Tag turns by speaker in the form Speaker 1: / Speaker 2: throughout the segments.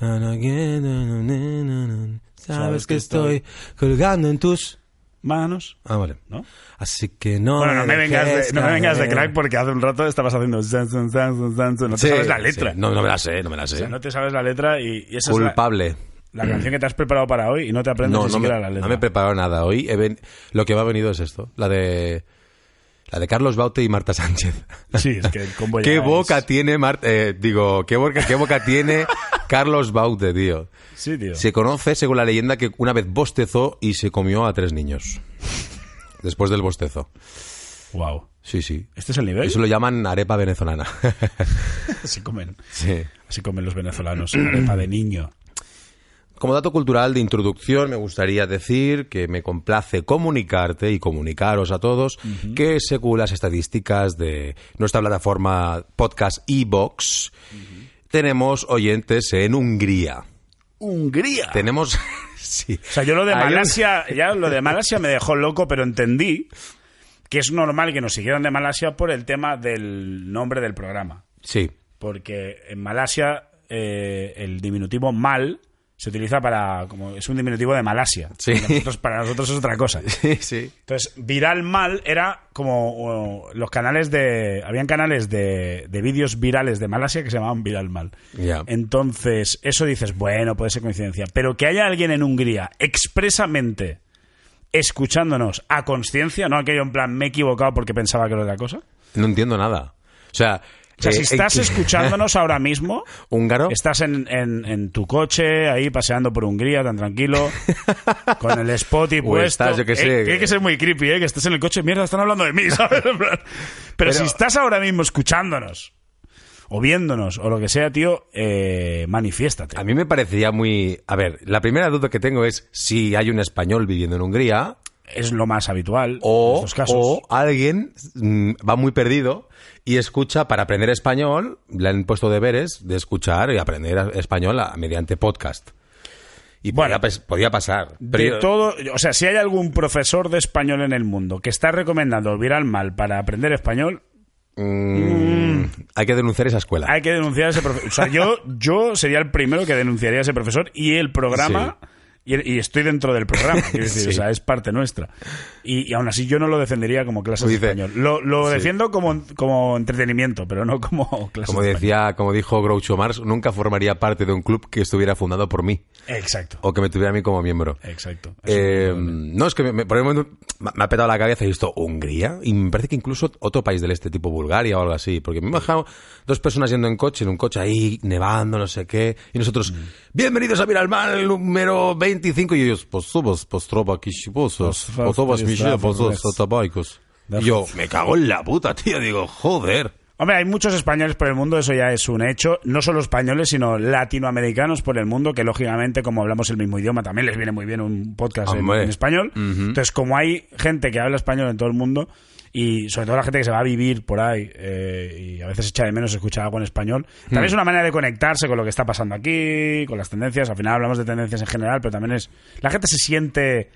Speaker 1: Na, na, que, na, na, na, na, na. Sabes que estoy colgando en tus...
Speaker 2: Manos.
Speaker 1: Ah, vale.
Speaker 2: ¿No?
Speaker 1: Así que no...
Speaker 2: Bueno, no me, vengas de,
Speaker 1: dejes
Speaker 2: no me vengas de
Speaker 1: caer.
Speaker 2: crack porque hace un rato estabas haciendo. zan, zan, zan, zan, zan, zan. No te
Speaker 1: Sí,
Speaker 2: sabes la letra.
Speaker 1: sí. No, no me la sé, no me la
Speaker 2: O
Speaker 1: sé.
Speaker 2: sea, no te sabes la letra y, y esa
Speaker 1: Culpable.
Speaker 2: es la, la canción que te has preparado para hoy y no te aprendes
Speaker 1: No,
Speaker 2: ni
Speaker 1: no me,
Speaker 2: siquiera la letra.
Speaker 1: no me he preparado nada. Hoy he ven- lo que me ha venido es esto. La de... La de Carlos Baute y Marta Sánchez.
Speaker 2: Sí, es que el combo ya
Speaker 1: ¿Qué
Speaker 2: es-
Speaker 1: boca tiene Mar- eh, digo, ¿qué boca, qué boca tiene Carlos Baute, tío?
Speaker 2: Sí, tío.
Speaker 1: Se conoce, según la leyenda, que una vez bostezó y se comió a tres niños. Después del bostezo.
Speaker 2: Wow.
Speaker 1: Sí, sí.
Speaker 2: ¿Este es el nivel?
Speaker 1: Eso lo llaman arepa venezolana.
Speaker 2: Así comen.
Speaker 1: sí.
Speaker 2: Así comen los venezolanos. Arepa de niño.
Speaker 1: Como dato cultural de introducción, me gustaría decir que me complace comunicarte y comunicaros a todos que según las estadísticas de nuestra plataforma podcast Evox, tenemos oyentes en Hungría.
Speaker 2: Hungría.
Speaker 1: Tenemos... sí.
Speaker 2: Ah. O sea, yo lo de
Speaker 1: Hay un-
Speaker 2: Malasia, ya lo de Malasia me dejó loco, pero entendí que es normal que nos siguieran de Malasia por el tema del nombre del programa.
Speaker 1: Sí.
Speaker 2: Porque en Malasia eh, el diminutivo mal se utiliza para. como es un diminutivo de Malasia.
Speaker 1: Sí.
Speaker 2: Para nosotros, para nosotros es otra cosa.
Speaker 1: Sí, sí.
Speaker 2: Entonces, viral mal era como o, los canales de. Habían canales de, de vídeos virales de Malasia que se llamaban viral mal.
Speaker 1: Ya.
Speaker 2: Entonces, eso dices, bueno, puede ser coincidencia. Pero que haya alguien en Hungría expresamente escuchándonos a conciencia, no aquello en plan, me he equivocado porque pensaba que era otra cosa. O
Speaker 1: No entiendo nada. O sea...
Speaker 2: sea, si
Speaker 1: eh,
Speaker 2: estás
Speaker 1: eh,
Speaker 2: escuchándonos ahora mismo,
Speaker 1: ¿Húngaro?
Speaker 2: estás en, en- en tu coche, ahí paseando por Hungría, tan tranquilo, con el Spotify
Speaker 1: O
Speaker 2: puesto.
Speaker 1: estás, yo qué
Speaker 2: Eh,
Speaker 1: sé.
Speaker 2: Tiene que ser muy creepy, ¿eh? Que estés en el coche, mierda, están hablando de mí, ¿sabes? En plan, Pero, si estás ahora mismo escuchándonos, o viéndonos, o lo que sea, tío, eh, manifiéstate.
Speaker 1: A mí me parecería muy... A ver, la primera duda que tengo es si hay un español viviendo en Hungría
Speaker 2: Es lo más habitual en
Speaker 1: o,
Speaker 2: estos casos.
Speaker 1: o alguien mm, va muy perdido y escucha para aprender español, le han puesto deberes de escuchar y aprender a- español a- mediante podcast. Y
Speaker 2: Bueno,
Speaker 1: podría, pas- podría pasar. Pero
Speaker 2: de
Speaker 1: yo-
Speaker 2: todo, o sea, si hay algún profesor de español en el mundo que está recomendando el viral mal para aprender español,
Speaker 1: Mm, hay que denunciar esa escuela.
Speaker 2: Hay que denunciar a ese profesor. O sea, yo, yo sería el primero que denunciaría a ese profesor y el programa. Y, y estoy dentro del programa, quiero decir,
Speaker 1: Sí.
Speaker 2: o sea, es parte nuestra. Y, y aún así yo no lo defendería como clases
Speaker 1: Dice-
Speaker 2: de español. Lo, lo
Speaker 1: sí.
Speaker 2: defiendo como, como entretenimiento, pero no como clases
Speaker 1: Como
Speaker 2: de español.
Speaker 1: decía, como dijo Groucho Marx, nunca formaría parte de un club que estuviera fundado por mí
Speaker 2: Exacto,
Speaker 1: o que me tuviera a mí como miembro.
Speaker 2: exacto.
Speaker 1: Eh, no, es que me, me- por el momento me me ha petado la cabeza y he visto Hungría y me parece que incluso otro país del este, tipo Bulgaria o algo así, porque me he bajado dos personas yendo en coche, en un coche ahí, nevando, no sé qué, y
Speaker 2: Mm.
Speaker 1: nosotros, bienvenidos a Viral Mal número 25, y ellos, posubos, postroba, kishibosos,
Speaker 2: Posfas,
Speaker 1: posubas,
Speaker 2: tristabos,
Speaker 1: mishibosos,
Speaker 2: res.
Speaker 1: sotabaicos. Y yo, me cago en la puta, tío, digo, joder.
Speaker 2: Hombre, hay muchos españoles por el mundo, eso ya es un hecho. No solo españoles, sino latinoamericanos por el mundo, que lógicamente, como hablamos el mismo idioma, también les viene muy bien un podcast en,
Speaker 1: Hombre.
Speaker 2: en español. Entonces, como hay gente que habla español en todo el mundo, y sobre todo la gente que se va a vivir por ahí, eh, y a veces echa de menos escuchar algo en español, también es una manera de conectarse con lo que está pasando aquí, con las tendencias. Al final hablamos de tendencias en general, pero también es. La gente se siente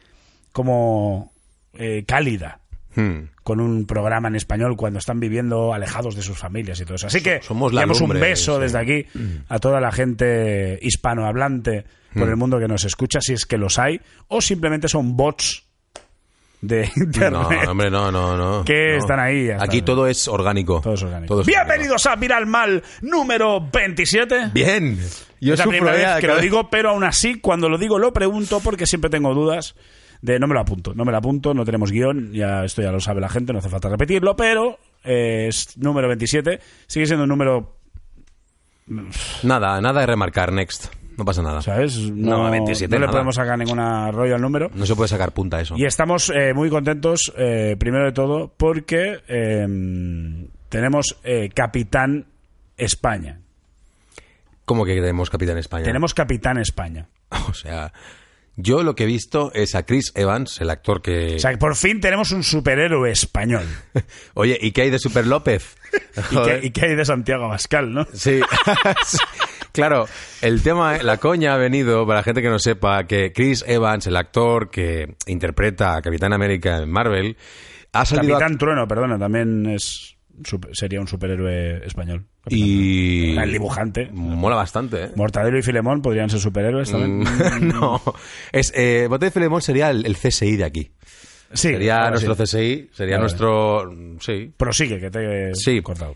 Speaker 2: como eh, cálida
Speaker 1: Hmm.
Speaker 2: con un programa en español cuando están viviendo alejados de sus familias y todo eso. Así que
Speaker 1: Somos la
Speaker 2: damos un
Speaker 1: lumbre,
Speaker 2: beso
Speaker 1: sí. Mm.
Speaker 2: desde aquí a toda la gente hispanohablante por el mundo que nos escucha, si es que los hay, o simplemente son bots de
Speaker 1: No,
Speaker 2: internet.
Speaker 1: hombre, no, no, no.
Speaker 2: Que
Speaker 1: no.
Speaker 2: están ahí, ya está.
Speaker 1: Aquí todo es orgánico.
Speaker 2: Todo es orgánico.
Speaker 1: Todo es orgánico.
Speaker 2: Bienvenidos a Viral Mal número 27.
Speaker 1: Bien. Yo
Speaker 2: es la
Speaker 1: sufro,
Speaker 2: primera
Speaker 1: eh,
Speaker 2: vez que
Speaker 1: cada-
Speaker 2: lo digo, pero aún así, cuando lo digo, lo pregunto porque siempre tengo dudas de no me lo apunto, no me lo apunto, no tenemos guión, ya esto ya lo sabe la gente, no hace falta repetirlo, pero eh, es número 27, sigue siendo un número,
Speaker 1: Nada, nada de remarcar, next. No pasa nada.
Speaker 2: ¿sabes?
Speaker 1: No, 27
Speaker 2: no le
Speaker 1: nada.
Speaker 2: podemos sacar ningún rollo al número.
Speaker 1: No se puede sacar punta a eso.
Speaker 2: Y estamos eh, muy contentos, eh, primero de todo, porque eh, tenemos eh, Capitán España.
Speaker 1: ¿Cómo que tenemos Capitán España?
Speaker 2: Tenemos Capitán España.
Speaker 1: O sea, yo lo que he visto es a Chris Evans, el actor que...
Speaker 2: O sea, que por fin tenemos un superhéroe español.
Speaker 1: Oye, ¿y qué hay de Super López?
Speaker 2: ¿Y qué,
Speaker 1: Joder.
Speaker 2: y qué hay de Santiago Abascal, no?
Speaker 1: Sí. Sí. claro, el tema, la coña ha venido, para la gente que no sepa, que Chris Evans, el actor que interpreta a Capitán América en Marvel, ha salido a-
Speaker 2: Capitán Trueno, perdona, también es sup- sería un superhéroe español.
Speaker 1: Y.
Speaker 2: El dibujante.
Speaker 1: Mola bastante, ¿eh?
Speaker 2: Mortadelo y Filemón podrían ser superhéroes
Speaker 1: Mm,
Speaker 2: también.
Speaker 1: no. Es, eh, Botella de Filemón sería el, el CSI de aquí.
Speaker 2: Sí,
Speaker 1: sería
Speaker 2: ahora
Speaker 1: nuestro
Speaker 2: sí.
Speaker 1: CSI, sería
Speaker 2: Vale.
Speaker 1: nuestro. mm, Sí.
Speaker 2: Prosigue, que te he
Speaker 1: Sí.
Speaker 2: cortado.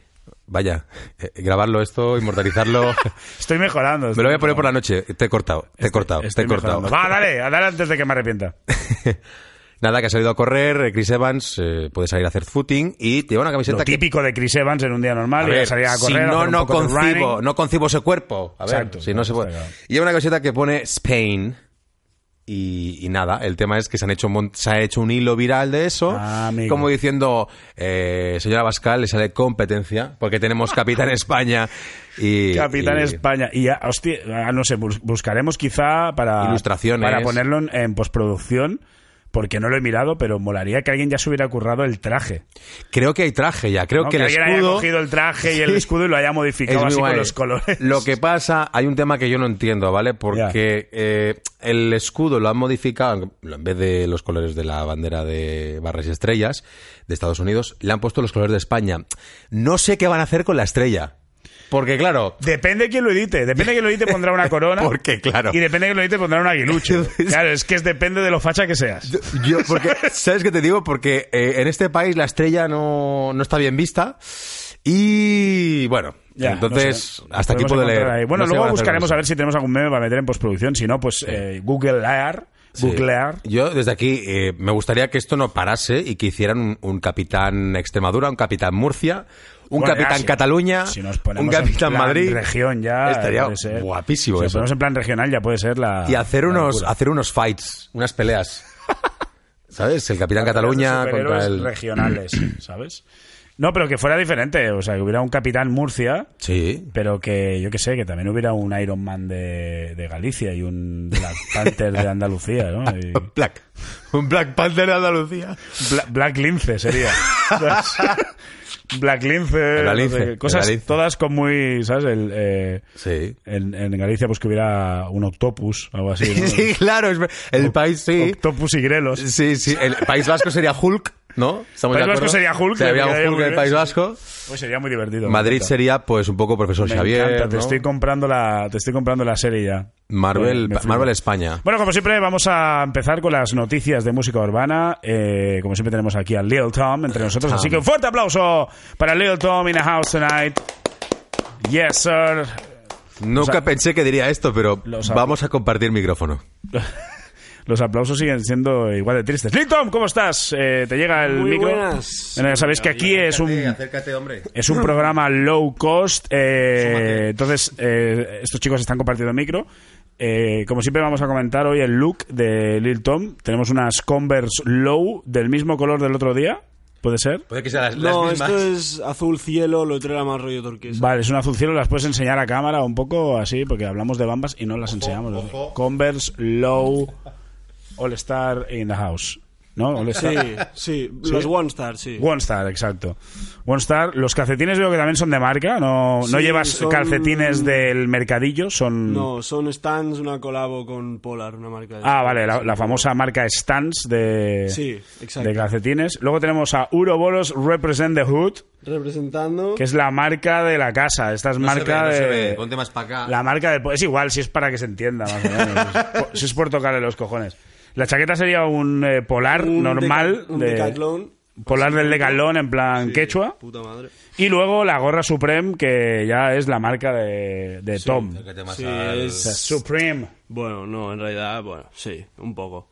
Speaker 1: Vaya, eh, grabarlo esto, inmortalizarlo.
Speaker 2: Estoy mejorando.
Speaker 1: Me lo voy a poner por la noche. Te he cortado, te he cortado, te
Speaker 2: Este,
Speaker 1: he
Speaker 2: Estoy
Speaker 1: cortado.
Speaker 2: mejorando. Va, dale, dale antes de que me arrepienta.
Speaker 1: Nada, que ha salido a correr, eh, Chris Evans eh, puede salir a hacer footing y lleva una camiseta
Speaker 2: Lo
Speaker 1: que...
Speaker 2: típico de Chris Evans en un día
Speaker 1: A
Speaker 2: normal, y
Speaker 1: ver,
Speaker 2: salir a
Speaker 1: si
Speaker 2: correr. hacer
Speaker 1: no,
Speaker 2: un
Speaker 1: no
Speaker 2: poco de
Speaker 1: concibo,
Speaker 2: running.
Speaker 1: no concibo ese cuerpo. A ver,
Speaker 2: Exacto,
Speaker 1: si no se puede.
Speaker 2: está claro.
Speaker 1: Y lleva una camiseta que pone Spain y, y nada, el tema es que se, han hecho, un mon- se ha hecho un hilo viral de eso,
Speaker 2: Ah, amigo.
Speaker 1: como diciendo, eh, señora Bascal, le sale competencia, porque tenemos Capitán España y...
Speaker 2: Capitán
Speaker 1: y-
Speaker 2: España. Y ya, hostia, ah, no sé, bus- buscaremos quizá para.
Speaker 1: Ilustraciones.
Speaker 2: Para ponerlo en, en postproducción, porque no lo he mirado, pero molaría que alguien ya se hubiera currado el traje.
Speaker 1: Creo que hay traje ya, creo
Speaker 2: ¿no?
Speaker 1: que, el
Speaker 2: alguien haya
Speaker 1: escudo...
Speaker 2: cogido el traje y el
Speaker 1: Sí.
Speaker 2: escudo y lo haya
Speaker 1: Es
Speaker 2: modificado
Speaker 1: muy
Speaker 2: así con
Speaker 1: guay.
Speaker 2: los colores.
Speaker 1: Lo que pasa, hay un tema que yo no entiendo, ¿vale? Porque eh, el escudo lo han modificado, en vez de los colores de la bandera de barras y estrellas de Estados Unidos, le han puesto los colores de España. No sé qué van a hacer con la estrella. Porque, claro,
Speaker 2: Depende de quién lo edite. Depende de quién lo edite pondrá una corona.
Speaker 1: Porque, claro.
Speaker 2: Y depende de quién lo edite pondrá un aguilucho. Claro, es que es depende de lo facha que seas.
Speaker 1: yo, porque, ¿sabes qué te digo? Porque eh, en este país la estrella no, no está bien vista. Y bueno,
Speaker 2: Ya,
Speaker 1: entonces,
Speaker 2: no sé.
Speaker 1: hasta aquí
Speaker 2: Podemos
Speaker 1: puedo leer.
Speaker 2: encontrar ahí. Bueno,
Speaker 1: No sé qué
Speaker 2: luego
Speaker 1: van a hacer con
Speaker 2: buscaremos
Speaker 1: eso.
Speaker 2: a ver si tenemos algún meme para meter en postproducción. Si no, pues eh, googlear. Googlear.
Speaker 1: Yo desde aquí eh, me gustaría que esto no parase y que hicieran un, un capitán Extremadura, un capitán Murcia, un
Speaker 2: Bueno, ya,
Speaker 1: capitán
Speaker 2: si-
Speaker 1: Cataluña,
Speaker 2: si nos ponemos
Speaker 1: un
Speaker 2: en
Speaker 1: capitán
Speaker 2: plan
Speaker 1: Madrid.
Speaker 2: región ya
Speaker 1: Estaría
Speaker 2: puede ser.
Speaker 1: guapísimo
Speaker 2: si nos
Speaker 1: eso.
Speaker 2: ponemos en plan regional ya puede ser la
Speaker 1: Y hacer
Speaker 2: la
Speaker 1: unos,
Speaker 2: locura.
Speaker 1: hacer unos fights, unas peleas. ¿Sabes? El capitán
Speaker 2: Los
Speaker 1: Cataluña
Speaker 2: superhéroes
Speaker 1: contra el.
Speaker 2: regionales sabes no pero que fuera diferente o sea que hubiera un capitán Murcia
Speaker 1: Sí.
Speaker 2: pero que yo que sé que también hubiera un Iron Man de, de Galicia y un Black Panther de Andalucía no Y
Speaker 1: Un Black. Un Black Panther de Andalucía.
Speaker 2: Bla- Black Lince sería Black Lince,
Speaker 1: Black
Speaker 2: no sé
Speaker 1: Lince,
Speaker 2: qué,
Speaker 1: Black
Speaker 2: cosas
Speaker 1: Lince.
Speaker 2: todas con muy sabes el eh,
Speaker 1: Sí.
Speaker 2: en, en Galicia pues que hubiera un octopus algo así ¿no?
Speaker 1: Sí, claro. es ver- El país, sí.
Speaker 2: Octopus y grelos.
Speaker 1: Sí, sí. El País Vasco sería Hulk, ¿no? ¿Estamos de
Speaker 2: País Vasco
Speaker 1: acuerdo?
Speaker 2: sería Hulk,
Speaker 1: Sí,
Speaker 2: me
Speaker 1: había un
Speaker 2: quedaría
Speaker 1: Hulk ¿eh? en el
Speaker 2: muy
Speaker 1: País
Speaker 2: bien.
Speaker 1: Vasco.
Speaker 2: Pues sería muy divertido.
Speaker 1: Madrid
Speaker 2: sería
Speaker 1: sería pues un poco profesor Xavier.
Speaker 2: te
Speaker 1: ¿no?
Speaker 2: estoy comprando la te estoy comprando la serie ya.
Speaker 1: Marvel,
Speaker 2: Me flipa.
Speaker 1: Marvel España.
Speaker 2: Bueno, como siempre vamos a empezar con las noticias de música urbana. Eh, como siempre tenemos aquí a Lil Tom entre nosotros, así que un fuerte aplauso para Lil Tom in the house tonight. Yes, sir.
Speaker 1: Nunca pensé que diría esto, pero
Speaker 2: Los
Speaker 1: vamos a compartir micrófono.
Speaker 2: Los aplausos siguen siendo igual de tristes. Lil Tom, ¿cómo estás? Eh, te llega el
Speaker 3: Muy
Speaker 2: micro.
Speaker 3: buenas.
Speaker 2: Bueno, ya sabéis que aquí es un
Speaker 1: acércate, hombre.
Speaker 2: Es un programa low cost. eh, entonces, eh, estos chicos están compartiendo micro. Eh, como siempre, vamos a comentar hoy el look de Lil Tom. Tenemos unas Converse low del mismo color del otro día. ¿Puede ser?
Speaker 1: Puede que sean las, las
Speaker 3: No,
Speaker 1: mismas.
Speaker 3: esto es azul cielo, lo otro era más rollo turquesa.
Speaker 2: Vale, es un azul cielo. ¿Las puedes enseñar a cámara un poco así? Porque hablamos de bambas y no las enseñamos.
Speaker 1: ojo.
Speaker 2: Converse low All Star in the house. ¿No? All Star.
Speaker 3: Sí, sí, los One Star, sí.
Speaker 2: One Star, exacto. One Star, los calcetines veo que también son de marca, no, no
Speaker 3: Sí,
Speaker 2: llevas
Speaker 3: son-
Speaker 2: calcetines del mercadillo, son...
Speaker 3: No, son stands, una colabo con Polar, una marca de...
Speaker 2: Ah, vale, la, la famosa marca Stans de,
Speaker 3: Sí, exacto.
Speaker 2: de calcetines. Luego tenemos a Uroboros Represent the Hood,
Speaker 3: Representando...
Speaker 2: que es la marca de la casa. Esta es marca de...
Speaker 1: más para
Speaker 2: la marca del... Es igual, si es para que se entienda, más o menos. Es por- si es por tocarle los cojones. La chaqueta sería un eh, polar
Speaker 3: Un
Speaker 2: normal.
Speaker 3: deca- un
Speaker 2: de-
Speaker 3: Decathlon.
Speaker 2: Polar del decalón en plan
Speaker 3: Sí,
Speaker 2: quechua.
Speaker 3: Puta madre.
Speaker 2: Y luego la gorra Supreme, que ya es la marca de, de Tom.
Speaker 3: Sí, es...
Speaker 2: Supreme.
Speaker 3: Bueno, no, en realidad, bueno, sí, un poco.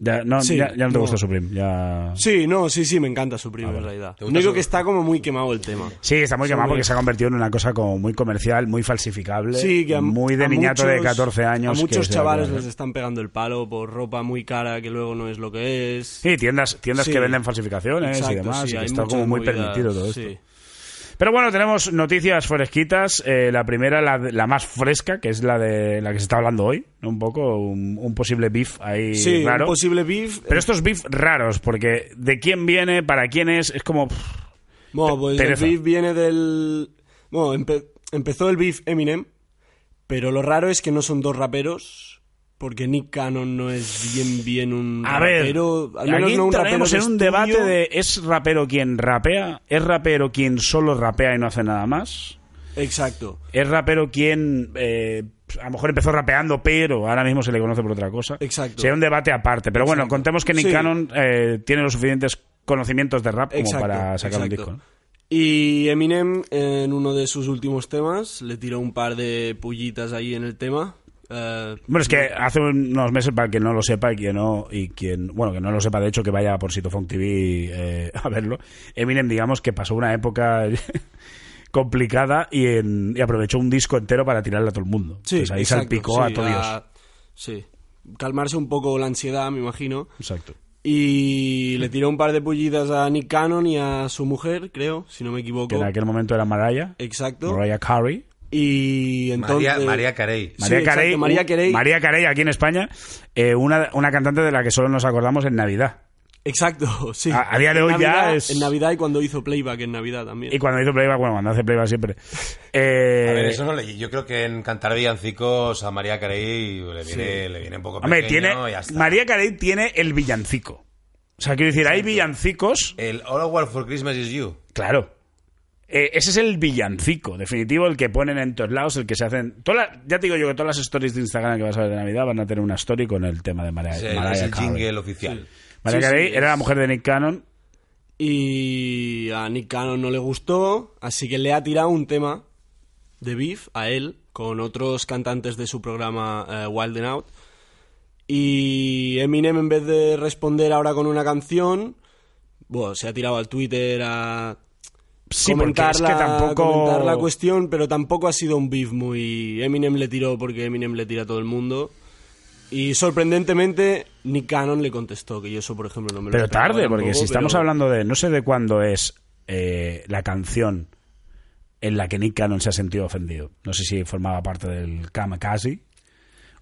Speaker 2: Ya no,
Speaker 3: Sí,
Speaker 2: ya, ya no te
Speaker 3: no.
Speaker 2: gusta Supreme. Ya...
Speaker 3: Sí, no, sí, sí, me encanta su primo, en realidad.
Speaker 1: ¿Te
Speaker 3: Lo
Speaker 1: gusta
Speaker 3: único
Speaker 1: su-
Speaker 3: que está como muy quemado el tema.
Speaker 2: Sí, está muy
Speaker 3: Sí,
Speaker 2: quemado
Speaker 3: muy-
Speaker 2: porque se ha convertido en una cosa como muy comercial, muy falsificable.
Speaker 3: Sí, que a,
Speaker 2: muy de
Speaker 3: a
Speaker 2: niñato de
Speaker 3: muchos-
Speaker 2: 14 años.
Speaker 3: A
Speaker 2: que
Speaker 3: muchos
Speaker 2: se-
Speaker 3: chavales les están pegando el palo por ropa muy cara que luego no es lo que es.
Speaker 2: Sí, tiendas, tiendas
Speaker 3: Sí.
Speaker 2: que venden falsificaciones y demás. y que
Speaker 3: hay
Speaker 2: está
Speaker 3: muchas
Speaker 2: como muy
Speaker 3: movidas,
Speaker 2: permitido todo esto.
Speaker 3: sí.
Speaker 2: Pero bueno, tenemos noticias fresquitas. Eh, la primera, la, de- la más fresca, que es la de la que se está hablando hoy. ¿no? Un poco, un, un posible beef ahí
Speaker 3: Sí,
Speaker 2: raro.
Speaker 3: un posible beef. eh,
Speaker 2: Pero estos beef raros, porque de quién viene, para quién es, es como. pff,
Speaker 3: Bueno, pues el
Speaker 2: pereza.
Speaker 3: beef viene del... Bueno, empe- empezó el beef Eminem, pero lo raro es que no son dos raperos, porque Nick Cannon no es bien bien un
Speaker 2: A ver,
Speaker 3: rapero, al menos
Speaker 2: aquí
Speaker 3: no un rapero
Speaker 2: entraremos
Speaker 3: de
Speaker 2: en un
Speaker 3: estudio.
Speaker 2: debate de ¿es rapero quien rapea? ¿Es rapero quien solo rapea y no hace nada más?
Speaker 3: Exacto.
Speaker 2: Es rapero quien eh, a lo mejor empezó rapeando, pero ahora mismo se le conoce por otra cosa.
Speaker 3: Exacto.
Speaker 2: Sería un debate aparte. Pero bueno,
Speaker 3: Exacto.
Speaker 2: contemos que Nick
Speaker 3: Sí.
Speaker 2: Cannon eh, tiene los suficientes conocimientos de rap como
Speaker 3: Exacto,
Speaker 2: para sacar un
Speaker 3: exacto.
Speaker 2: disco. ¿no?
Speaker 3: Y Eminem, en uno de sus últimos temas, le tiró un par de pullitas ahí en el tema. Eh,
Speaker 2: Bueno, es que hace unos meses, para quien no lo sepa y quien no, y quien, bueno, que no lo sepa, de hecho, que vaya por Sitofunk TV eh, a verlo, Eminem, digamos que pasó una época complicada y, en- y aprovechó un disco entero para tirarle a todo el mundo.
Speaker 3: sí,
Speaker 2: Entonces ahí
Speaker 3: exacto,
Speaker 2: salpicó
Speaker 3: sí,
Speaker 2: a todo Dios.
Speaker 3: Sí. Calmarse un poco la ansiedad, me imagino.
Speaker 2: Exacto.
Speaker 3: Y le tiró un par de pullitas a Nick Cannon y a su mujer, creo, si no me
Speaker 2: Que
Speaker 3: equivoco.
Speaker 2: en aquel momento era Mariah,
Speaker 3: Exacto.
Speaker 2: Mariah Carey.
Speaker 3: Y entonces.
Speaker 1: María, María Carey.
Speaker 3: Sí,
Speaker 2: María
Speaker 3: exacto,
Speaker 2: Carey,
Speaker 3: María
Speaker 2: u-
Speaker 3: Carey.
Speaker 2: María Carey, aquí en España, eh, una, una cantante de la que solo nos acordamos en Navidad.
Speaker 3: Exacto, sí.
Speaker 2: A- a día de
Speaker 3: En
Speaker 2: hoy ya
Speaker 3: Navidad-
Speaker 2: es-
Speaker 3: En Navidad y cuando hizo playback en Navidad también.
Speaker 2: Y cuando hizo playback, bueno, cuando hace playback siempre. Eh,
Speaker 1: A ver, eso no le- yo creo que en cantar villancicos a María Carey le viene, le viene un poco
Speaker 2: Hombre,
Speaker 1: pequeño
Speaker 2: tiene,
Speaker 1: y ya está.
Speaker 2: María Carey tiene el villancico. O sea, quiero decir, hay villancicos.
Speaker 1: El All I Want for Christmas is You.
Speaker 2: Claro. Eh, ese es el villancico, definitivo, el que ponen en todos lados, el que se hacen. todas las- ya te digo yo que todas las stories de Instagram que vas a ver de Navidad van a tener una story con el tema de María
Speaker 1: Es el, es
Speaker 2: Mariah
Speaker 1: el
Speaker 2: Carey.
Speaker 1: jingle oficial.
Speaker 2: Mariah
Speaker 3: Sí, sí,
Speaker 2: Carey
Speaker 3: es-
Speaker 2: era la mujer de Nick Cannon.
Speaker 3: Y a Nick Cannon no le gustó, así que le ha tirado un tema de Beef a él con otros cantantes de su programa eh, Wild and Out. Y Eminem, en vez de responder ahora con una canción, bueno, se ha tirado al Twitter a
Speaker 2: Sí,
Speaker 3: comentar,
Speaker 2: porque es que
Speaker 3: la,
Speaker 2: tampoco.
Speaker 3: comentar la cuestión, pero tampoco ha sido un beef muy. Eminem le tiró porque Eminem le tira a todo el mundo. Y sorprendentemente, Nick Cannon le contestó, que yo eso, por ejemplo, no me lo
Speaker 2: Pero
Speaker 3: esperaba
Speaker 2: tarde, porque
Speaker 3: tampoco,
Speaker 2: si estamos
Speaker 3: pero-
Speaker 2: hablando de. No sé de cuándo es eh, la canción en la que Nick Cannon se ha sentido ofendido. No sé si formaba parte del Kamikaze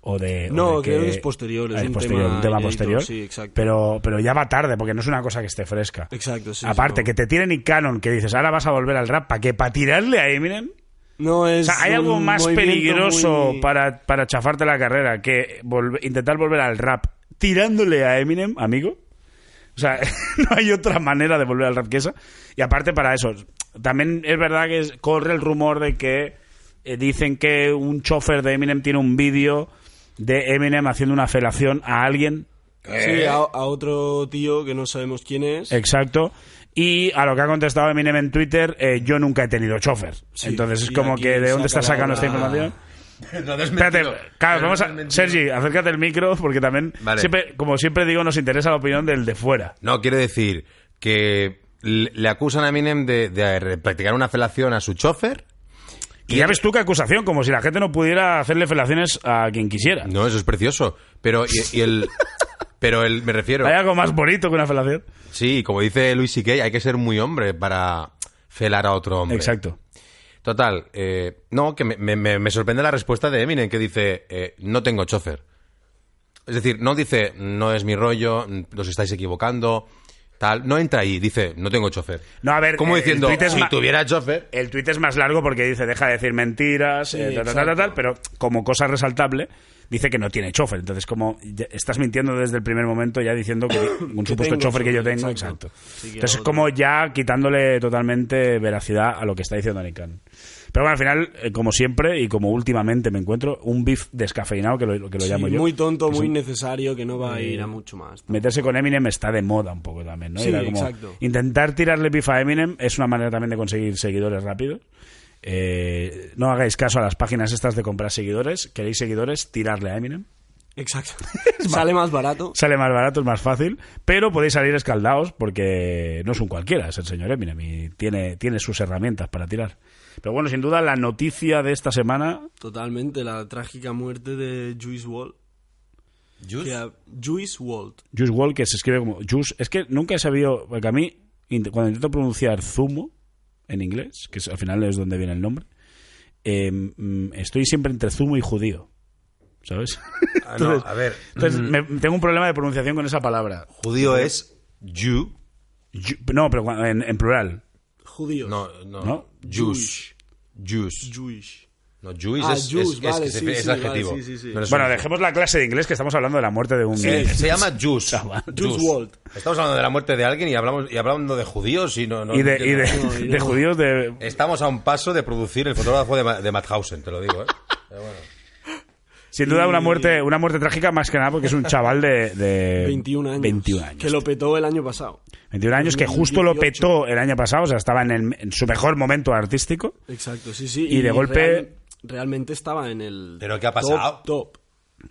Speaker 2: o de. o
Speaker 3: No,
Speaker 2: de eh,
Speaker 3: creo que es posterior, es un
Speaker 2: posterior,
Speaker 3: tema
Speaker 2: un tema
Speaker 3: inédito,
Speaker 2: posterior.
Speaker 3: sí, exacto.
Speaker 2: Pero, pero ya va tarde, porque no es una cosa que esté fresca.
Speaker 3: Exacto, sí.
Speaker 2: Aparte,
Speaker 3: no.
Speaker 2: que te tiene Nick Cannon, que dices, ahora vas a volver al rap, ¿para qué? ¿Para tirarle a Eminem?
Speaker 3: No
Speaker 2: O
Speaker 3: es.
Speaker 2: sea, ¿hay algo
Speaker 3: un
Speaker 2: más
Speaker 3: movimiento
Speaker 2: peligroso
Speaker 3: muy-
Speaker 2: para, para chafarte la carrera que volve- intentar volver al rap tirándole a Eminem, amigo? O sea, no hay otra manera de volver al rap que esa. Y aparte para eso, también es verdad que es- corre el rumor de que eh, dicen que un chofer de Eminem tiene un vídeo de Eminem haciendo una felación a alguien
Speaker 3: Sí,
Speaker 2: Eh.
Speaker 3: a, a otro tío que no sabemos quién es.
Speaker 2: Exacto. Y a lo que ha contestado Eminem en Twitter, eh, yo nunca he tenido chofer.
Speaker 3: Sí,
Speaker 2: Entonces es
Speaker 3: y
Speaker 2: como
Speaker 3: aquí
Speaker 2: que de dónde
Speaker 3: saca
Speaker 2: estás sacando
Speaker 3: la-
Speaker 2: esta información.
Speaker 1: No, no es
Speaker 2: Espérate,
Speaker 1: mentido.
Speaker 2: claro,
Speaker 1: No,
Speaker 2: vamos
Speaker 1: no es
Speaker 2: a,
Speaker 1: mentido.
Speaker 2: Sergi, acércate el micro porque también,
Speaker 1: Vale.
Speaker 2: siempre, como siempre digo, nos interesa la opinión del de fuera.
Speaker 1: No, quiero decir que le le acusan a Eminem de, de practicar una felación a su chofer.
Speaker 2: Y ya ves tú qué acusación, como si la gente no pudiera hacerle felaciones a quien quisiera.
Speaker 1: No, eso es precioso. Pero, y, y el. Pero el, me refiero.
Speaker 2: Hay algo más bonito que una felación.
Speaker 1: Sí, como dice Luis C.K., hay que ser muy hombre para felar a otro hombre.
Speaker 2: Exacto.
Speaker 1: Total, eh, no, que me, me- me- me sorprende la respuesta de Eminem, que dice, eh, no tengo chofer. Es decir, no dice, no es mi rollo, mm, os estáis equivocando, tal. No entra ahí, dice, no tengo chofer.
Speaker 2: No, a ver, eh,
Speaker 1: Como
Speaker 2: el
Speaker 1: diciendo,
Speaker 2: tuit es
Speaker 1: si
Speaker 2: ma-
Speaker 1: tuviera chofer...
Speaker 2: El tuit es más largo porque dice, deja de decir mentiras, eh, tal, tal, tal, tal, pero como cosa resaltable, dice que no tiene chofer. Entonces, como ya estás mintiendo desde el primer momento, ya diciendo que un supuesto
Speaker 3: tengo
Speaker 2: chofer que yo
Speaker 3: chofer,
Speaker 2: tengo, exacto.
Speaker 3: exacto. Sí, que
Speaker 2: Entonces,
Speaker 3: otro.
Speaker 2: como ya quitándole totalmente veracidad a lo que está diciendo Anikan. Pero bueno, al final, eh, como siempre y como últimamente me encuentro, un beef descafeinado, que lo, que lo
Speaker 3: Sí,
Speaker 2: llamo yo.
Speaker 3: muy tonto, muy innecesario, que no va
Speaker 1: Eh.
Speaker 3: a ir a mucho más.
Speaker 2: Meterse con Eminem está de moda un poco también, ¿no?
Speaker 3: Sí,
Speaker 2: Era como
Speaker 3: exacto.
Speaker 2: Intentar tirarle pifa a Eminem es una manera también de conseguir seguidores rápidos. Eh, no hagáis caso a las páginas estas de comprar seguidores. ¿Queréis seguidores? Tirarle a Eminem.
Speaker 3: Exacto. Sale más barato.
Speaker 2: Sale más barato, es más fácil, pero podéis salir escaldados porque no es un cualquiera, es el señor Eminem y tiene, tiene sus herramientas para tirar. Pero bueno, sin duda la noticia de esta semana...
Speaker 3: Totalmente, la trágica muerte de Juice WRLD. Que a- Juice WRLD.
Speaker 2: Juice WRLD, que se escribe como Juice. Es que nunca he sabido, porque a mí, int- cuando intento pronunciar zumo en inglés, que es- al final es donde viene el nombre, eh, mm, estoy siempre entre zumo y judío. ¿Sabes?
Speaker 1: Ah, no, a ver,
Speaker 2: Entonces, me- tengo un problema de pronunciación con esa palabra.
Speaker 1: judío es you,
Speaker 2: Ju- no, pero cua- en, en plural.
Speaker 3: Judíos.
Speaker 1: no, no,
Speaker 2: ¿No?
Speaker 1: Jews, Jews,
Speaker 3: Jewish.
Speaker 1: No, Juice
Speaker 3: Ah,
Speaker 1: es,
Speaker 3: juice,
Speaker 1: es- es-
Speaker 3: vale,
Speaker 1: es-
Speaker 3: sí,
Speaker 1: es
Speaker 3: sí,
Speaker 1: adjetivo.
Speaker 3: vale, sí, sí, sí.
Speaker 1: No eres
Speaker 2: Bueno,
Speaker 1: un-
Speaker 2: dejemos la clase de eh, inglés que estamos hablando de la muerte de un.
Speaker 1: Sí, se llama Jus.
Speaker 3: Juice WRLD.
Speaker 1: Estamos hablando de la muerte de alguien y hablamos y hablando de judíos y no. no
Speaker 2: Y de, y
Speaker 1: entiendo.
Speaker 2: de-
Speaker 3: No, y
Speaker 2: de
Speaker 3: no.
Speaker 2: judíos de.
Speaker 1: Estamos a un paso de producir el fotógrafo de, Ma- de Madhausen, te lo digo, ¿eh? Pero bueno.
Speaker 2: Sin duda una muerte, una muerte trágica más que nada porque es un chaval de, de
Speaker 3: 21 años.
Speaker 2: 21 Eh, años.
Speaker 3: Que lo petó el año pasado.
Speaker 2: 21 años que justo lo
Speaker 3: 2018.
Speaker 2: petó el año pasado, o sea, estaba en, el- en su mejor momento artístico.
Speaker 3: Exacto, sí, sí.
Speaker 2: Y de golpe-
Speaker 3: realmente estaba en el.
Speaker 1: ¿Pero qué ha pasado?
Speaker 3: Top. top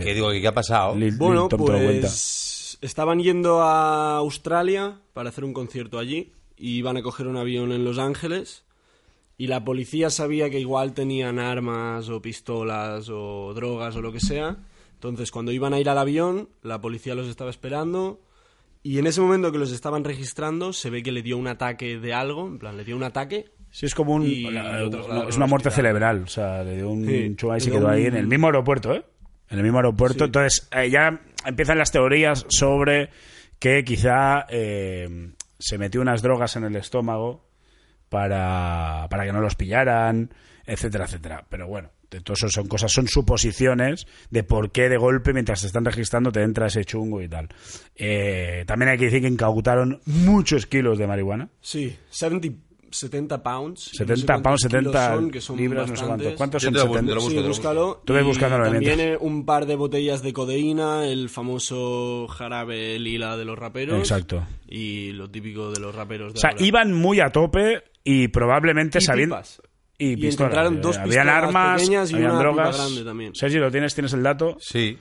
Speaker 2: Eh,
Speaker 1: ¿Qué digo? ¿Qué ha pasado?
Speaker 2: Lil-
Speaker 3: bueno,
Speaker 2: Lil Tom te lo cuenta.
Speaker 3: pues. Estaban yendo a Australia para hacer un concierto allí. Y iban a coger un avión en Los Ángeles. Y la policía sabía que igual tenían armas o pistolas o drogas o lo que sea. Entonces, cuando iban a ir al avión, la policía los estaba esperando. Y en ese momento que los estaban registrando, se ve que le dio un ataque de algo. En plan, le dio un ataque.
Speaker 2: Sí, es como un.
Speaker 3: Y
Speaker 2: la-
Speaker 3: lo
Speaker 2: no,
Speaker 3: trasladaron
Speaker 2: es una
Speaker 3: al
Speaker 2: muerte
Speaker 3: hospital.
Speaker 2: cerebral. O sea, le dio un
Speaker 3: Sí,
Speaker 2: chuba y
Speaker 3: le
Speaker 2: se
Speaker 3: dio
Speaker 2: quedó ahí
Speaker 3: un-
Speaker 2: en el mismo aeropuerto, ¿eh? En el mismo aeropuerto.
Speaker 3: Sí.
Speaker 2: Entonces, eh, ya empiezan las teorías sobre que quizá eh, se metió unas drogas en el estómago para, para que no los pillaran, etcétera, etcétera. Pero bueno, de todo eso son cosas, son suposiciones de por qué de golpe mientras te están registrando te entra ese chungo y tal. Eh, también hay que decir que incautaron muchos kilos de marihuana.
Speaker 3: Sí, 70, 70 pounds. yo no sé
Speaker 2: 70 pounds,
Speaker 3: cuántos kilos
Speaker 2: 70
Speaker 3: son, que son
Speaker 2: libras, no sé
Speaker 3: bastantes.
Speaker 2: cuánto. ¿Cuántos
Speaker 1: Yo
Speaker 2: son
Speaker 1: te lo busco,
Speaker 2: 70?
Speaker 1: te lo
Speaker 3: Sí,
Speaker 1: busco.
Speaker 3: búscalo.
Speaker 2: Tú ve
Speaker 3: Y
Speaker 2: buscándolo
Speaker 3: También
Speaker 2: mientras.
Speaker 3: eh, un par de botellas de codeína, el famoso jarabe lila de los raperos.
Speaker 2: Exacto.
Speaker 3: Y lo típico de los raperos de
Speaker 2: O sea,
Speaker 3: ahora.
Speaker 2: iban muy a tope y probablemente
Speaker 3: Y
Speaker 2: sabiendo...
Speaker 3: pipas.
Speaker 2: Y,
Speaker 3: Y
Speaker 2: pistolas.
Speaker 3: encontraron dos
Speaker 2: Habían
Speaker 3: pistolas
Speaker 2: armas,
Speaker 3: pequeñas y
Speaker 2: habían
Speaker 3: una pipa
Speaker 2: drogas.
Speaker 3: grande también.
Speaker 2: Sergi, ¿lo tienes? ¿Tienes el dato?
Speaker 1: Sí.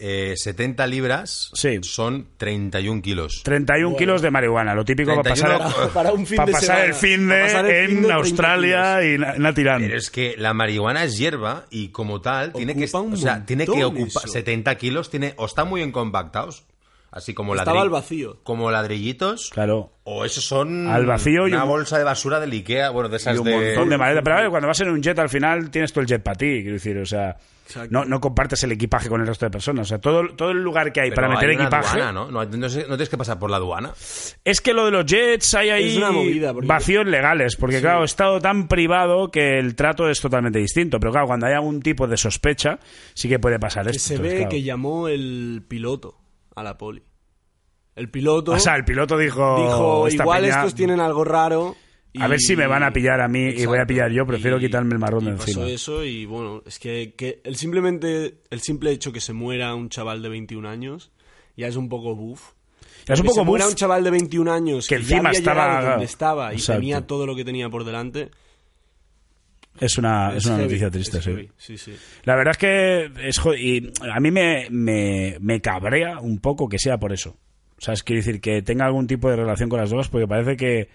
Speaker 1: Eh, 70 libras
Speaker 2: Sí.
Speaker 1: son 31 kilos.
Speaker 2: 31 kilos de marihuana, lo típico para
Speaker 1: 31
Speaker 2: pasar,
Speaker 1: para-
Speaker 3: para un fin
Speaker 2: para
Speaker 3: de
Speaker 2: pasar
Speaker 3: semana.
Speaker 2: el fin de
Speaker 3: Para pasar el
Speaker 2: en
Speaker 3: fin de 30
Speaker 2: Australia y na- na- tirando.
Speaker 1: Pero es que la marihuana es hierba y como tal tiene que,
Speaker 3: Ocupa un
Speaker 1: o sea, tiene que
Speaker 3: montón
Speaker 1: ocupar
Speaker 3: eso.
Speaker 1: 70 kilos, tiene, o están muy bien compactados, así como
Speaker 3: Estaba
Speaker 1: ladri-
Speaker 3: al vacío.
Speaker 1: Como ladrillitos.
Speaker 2: Claro.
Speaker 1: O esos son
Speaker 2: Al vacío y
Speaker 1: una
Speaker 2: un-
Speaker 1: bolsa de basura del Ikea, bueno, de esas
Speaker 2: y un
Speaker 1: de...
Speaker 2: montón de maletas. Pero vale, cuando vas en un jet al final tienes todo el jet para ti, quiero decir, o sea,
Speaker 3: Exacto.
Speaker 2: no, no compartes el equipaje con el resto de personas. O sea, todo, todo el lugar que hay
Speaker 1: Pero
Speaker 2: para
Speaker 1: hay
Speaker 2: meter
Speaker 1: una
Speaker 2: equipaje.
Speaker 1: aduana, ¿no? No, no sé- no tienes que pasar por la aduana.
Speaker 2: Es que lo de los Jets hay ahí
Speaker 3: Es una movida, porque-
Speaker 2: vacíos legales, porque claro, estado tan privado que el trato es totalmente distinto. Pero claro, cuando hay algún tipo de sospecha, sí que puede pasar
Speaker 3: Que
Speaker 2: esto.
Speaker 3: se ve
Speaker 2: entonces, claro.
Speaker 3: que llamó el piloto a la poli. El piloto
Speaker 2: Ah, O sea, el piloto dijo.
Speaker 3: dijo,
Speaker 2: "Esta
Speaker 3: igual
Speaker 2: peña,
Speaker 3: estos tienen algo raro. y-
Speaker 2: A ver si me van a pillar a mí y voy a
Speaker 3: Exacto.
Speaker 2: pillar yo, prefiero
Speaker 3: Y-
Speaker 2: quitarme el marrón de
Speaker 3: y pasó
Speaker 2: encima.
Speaker 3: eso y bueno, es que, que el simplemente el simple hecho que se muera un chaval de 21 años ya es un poco buff.
Speaker 2: Ya es un
Speaker 3: Que
Speaker 2: poco
Speaker 3: se muera
Speaker 2: buff.
Speaker 3: un chaval de 21 años que,
Speaker 2: Que encima
Speaker 3: ya había
Speaker 2: estaba-
Speaker 3: llegado donde estaba y
Speaker 2: Exacto.
Speaker 3: tenía todo lo que tenía por delante.
Speaker 2: Es una, Ah, es una
Speaker 3: heavy,
Speaker 2: noticia triste,
Speaker 3: es
Speaker 2: sí.
Speaker 3: heavy, sí, sí.
Speaker 2: La verdad es que es jo- y a mí me, me, me cabrea un poco que sea por eso. O sea, es quiero decir que tenga algún tipo de relación con las drogas porque parece que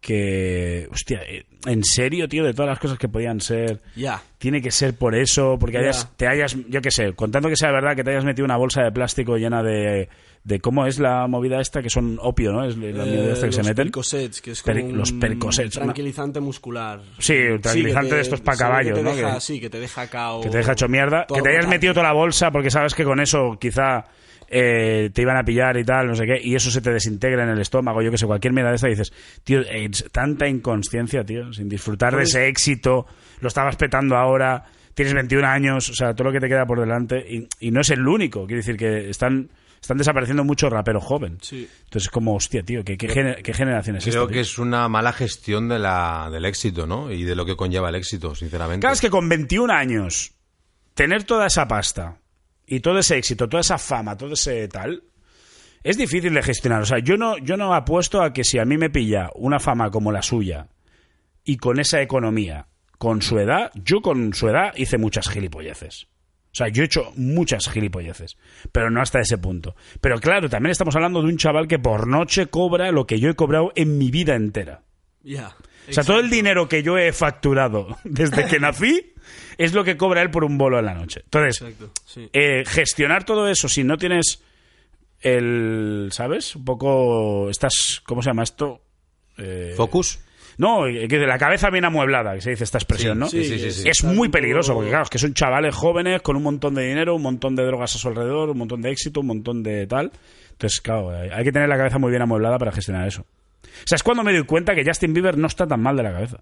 Speaker 2: que hostia, eh, en serio, tío, de todas las cosas que podían ser
Speaker 3: Ya.
Speaker 2: tiene que ser por eso, porque
Speaker 3: Ya.
Speaker 2: hayas, te hayas, yo qué sé, contando que sea verdad que te hayas metido una bolsa de plástico llena de, de cómo es la movida esta, que son opio, ¿no? Es la movida
Speaker 3: Eh,
Speaker 2: esta que se
Speaker 3: los
Speaker 2: meten.
Speaker 3: Percocets, que es
Speaker 2: Per-
Speaker 3: como
Speaker 2: los
Speaker 3: un
Speaker 2: Percocets, una-
Speaker 3: tranquilizante muscular.
Speaker 2: Sí, un tranquilizante
Speaker 3: que
Speaker 2: de estos pa'
Speaker 3: sí, que te
Speaker 2: caballos, ¿no?
Speaker 3: deja-
Speaker 2: Que-
Speaker 3: sí, que te deja cao.
Speaker 2: Que te deja hecho mierda.
Speaker 3: todo
Speaker 2: Que te hayas
Speaker 3: agotado.
Speaker 2: metido toda la bolsa porque sabes que con eso quizá eh, te iban a pillar y tal, no sé qué. Y eso se te desintegra en el estómago, yo que sé, cualquier mierda de esta. Dices, tío, eh, tanta inconsciencia, tío, sin disfrutar de
Speaker 3: Pues-
Speaker 2: ese éxito. Lo estabas petando ahora. Tienes 21 años, o sea, todo lo que te queda por delante. Y, y no es el único. Quiero decir que están, están desapareciendo muchos raperos joven.
Speaker 3: Sí.
Speaker 2: Entonces, es como, hostia, tío, ¿qué, qué, gener- qué generación es
Speaker 1: Creo
Speaker 2: esta,
Speaker 1: que
Speaker 2: tío?
Speaker 1: es una mala gestión de la, del éxito, ¿no? Y de lo que conlleva el éxito, sinceramente.
Speaker 2: Claro, es que con 21 años, tener toda esa pasta y todo ese éxito, toda esa fama, todo ese tal, es difícil de gestionar. O sea, yo no, yo no apuesto a que si a mí me pilla una fama como la suya y con esa economía, con su edad, yo con su edad hice muchas gilipolleces. O sea, yo he hecho muchas gilipolleces, pero no hasta ese punto. Pero claro, también estamos hablando de un chaval que por noche cobra lo que yo he cobrado en mi vida entera.
Speaker 3: Ya.
Speaker 2: O sea, todo el dinero que yo he facturado desde que nací es lo que cobra él por un bolo en la noche. Entonces,
Speaker 3: Exacto, sí.
Speaker 2: eh, gestionar todo eso si no tienes el, ¿sabes? Un poco, estás, ¿cómo se llama esto? Eh,
Speaker 1: Focus.
Speaker 2: No, eh, que de la cabeza bien amueblada, que se dice esta expresión, ¿no?
Speaker 1: Sí, sí, sí, sí.
Speaker 2: Es muy peligroso, porque claro, es que son chavales jóvenes con un montón de dinero, un montón de drogas a su alrededor, un montón de éxito, un montón de tal. Entonces, claro, hay hay que tener la cabeza muy bien amueblada para gestionar eso. O sea, es cuando me doy cuenta que Justin Bieber no está tan mal de la cabeza.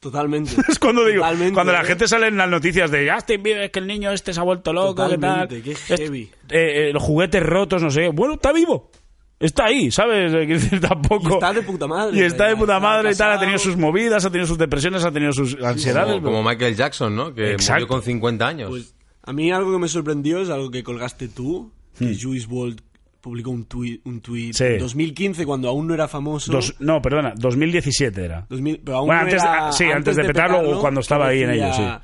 Speaker 3: Totalmente.
Speaker 2: Es cuando digo,
Speaker 3: Totalmente,
Speaker 2: cuando la
Speaker 3: ¿eh?
Speaker 2: gente sale en las noticias de Justin Bieber, es que el niño este se ha vuelto loco, ¿qué tal?
Speaker 3: Totalmente, qué
Speaker 2: Es-
Speaker 3: heavy.
Speaker 2: eh, eh, los juguetes rotos, no sé. qué. Bueno, está vivo. Está ahí, ¿sabes? Eh, quiero decir, tampoco.
Speaker 3: Y está de puta madre,
Speaker 2: Y está de
Speaker 3: ya,
Speaker 2: puta
Speaker 3: está
Speaker 2: madre y tal. Ha
Speaker 3: casado.
Speaker 2: tenido sus movidas, ha tenido sus depresiones, ha tenido sus ansiedades.
Speaker 1: Como, como Michael Jackson, ¿no? Que
Speaker 2: Exacto.
Speaker 1: murió con 50 años.
Speaker 3: Pues a mí algo que me sorprendió es algo que colgaste tú, que Juice WRLD publicó un tweet, un tuit
Speaker 2: Hmm. Sí.
Speaker 3: en 2015 cuando aún no era famoso.
Speaker 2: Dos- no, perdona, 2017 era.
Speaker 3: 2000, pero aún
Speaker 2: Bueno,
Speaker 3: no
Speaker 2: antes de-
Speaker 3: era-
Speaker 2: ah, sí, antes de petarlo o cuando estaba ahí en
Speaker 3: decía,
Speaker 2: ello,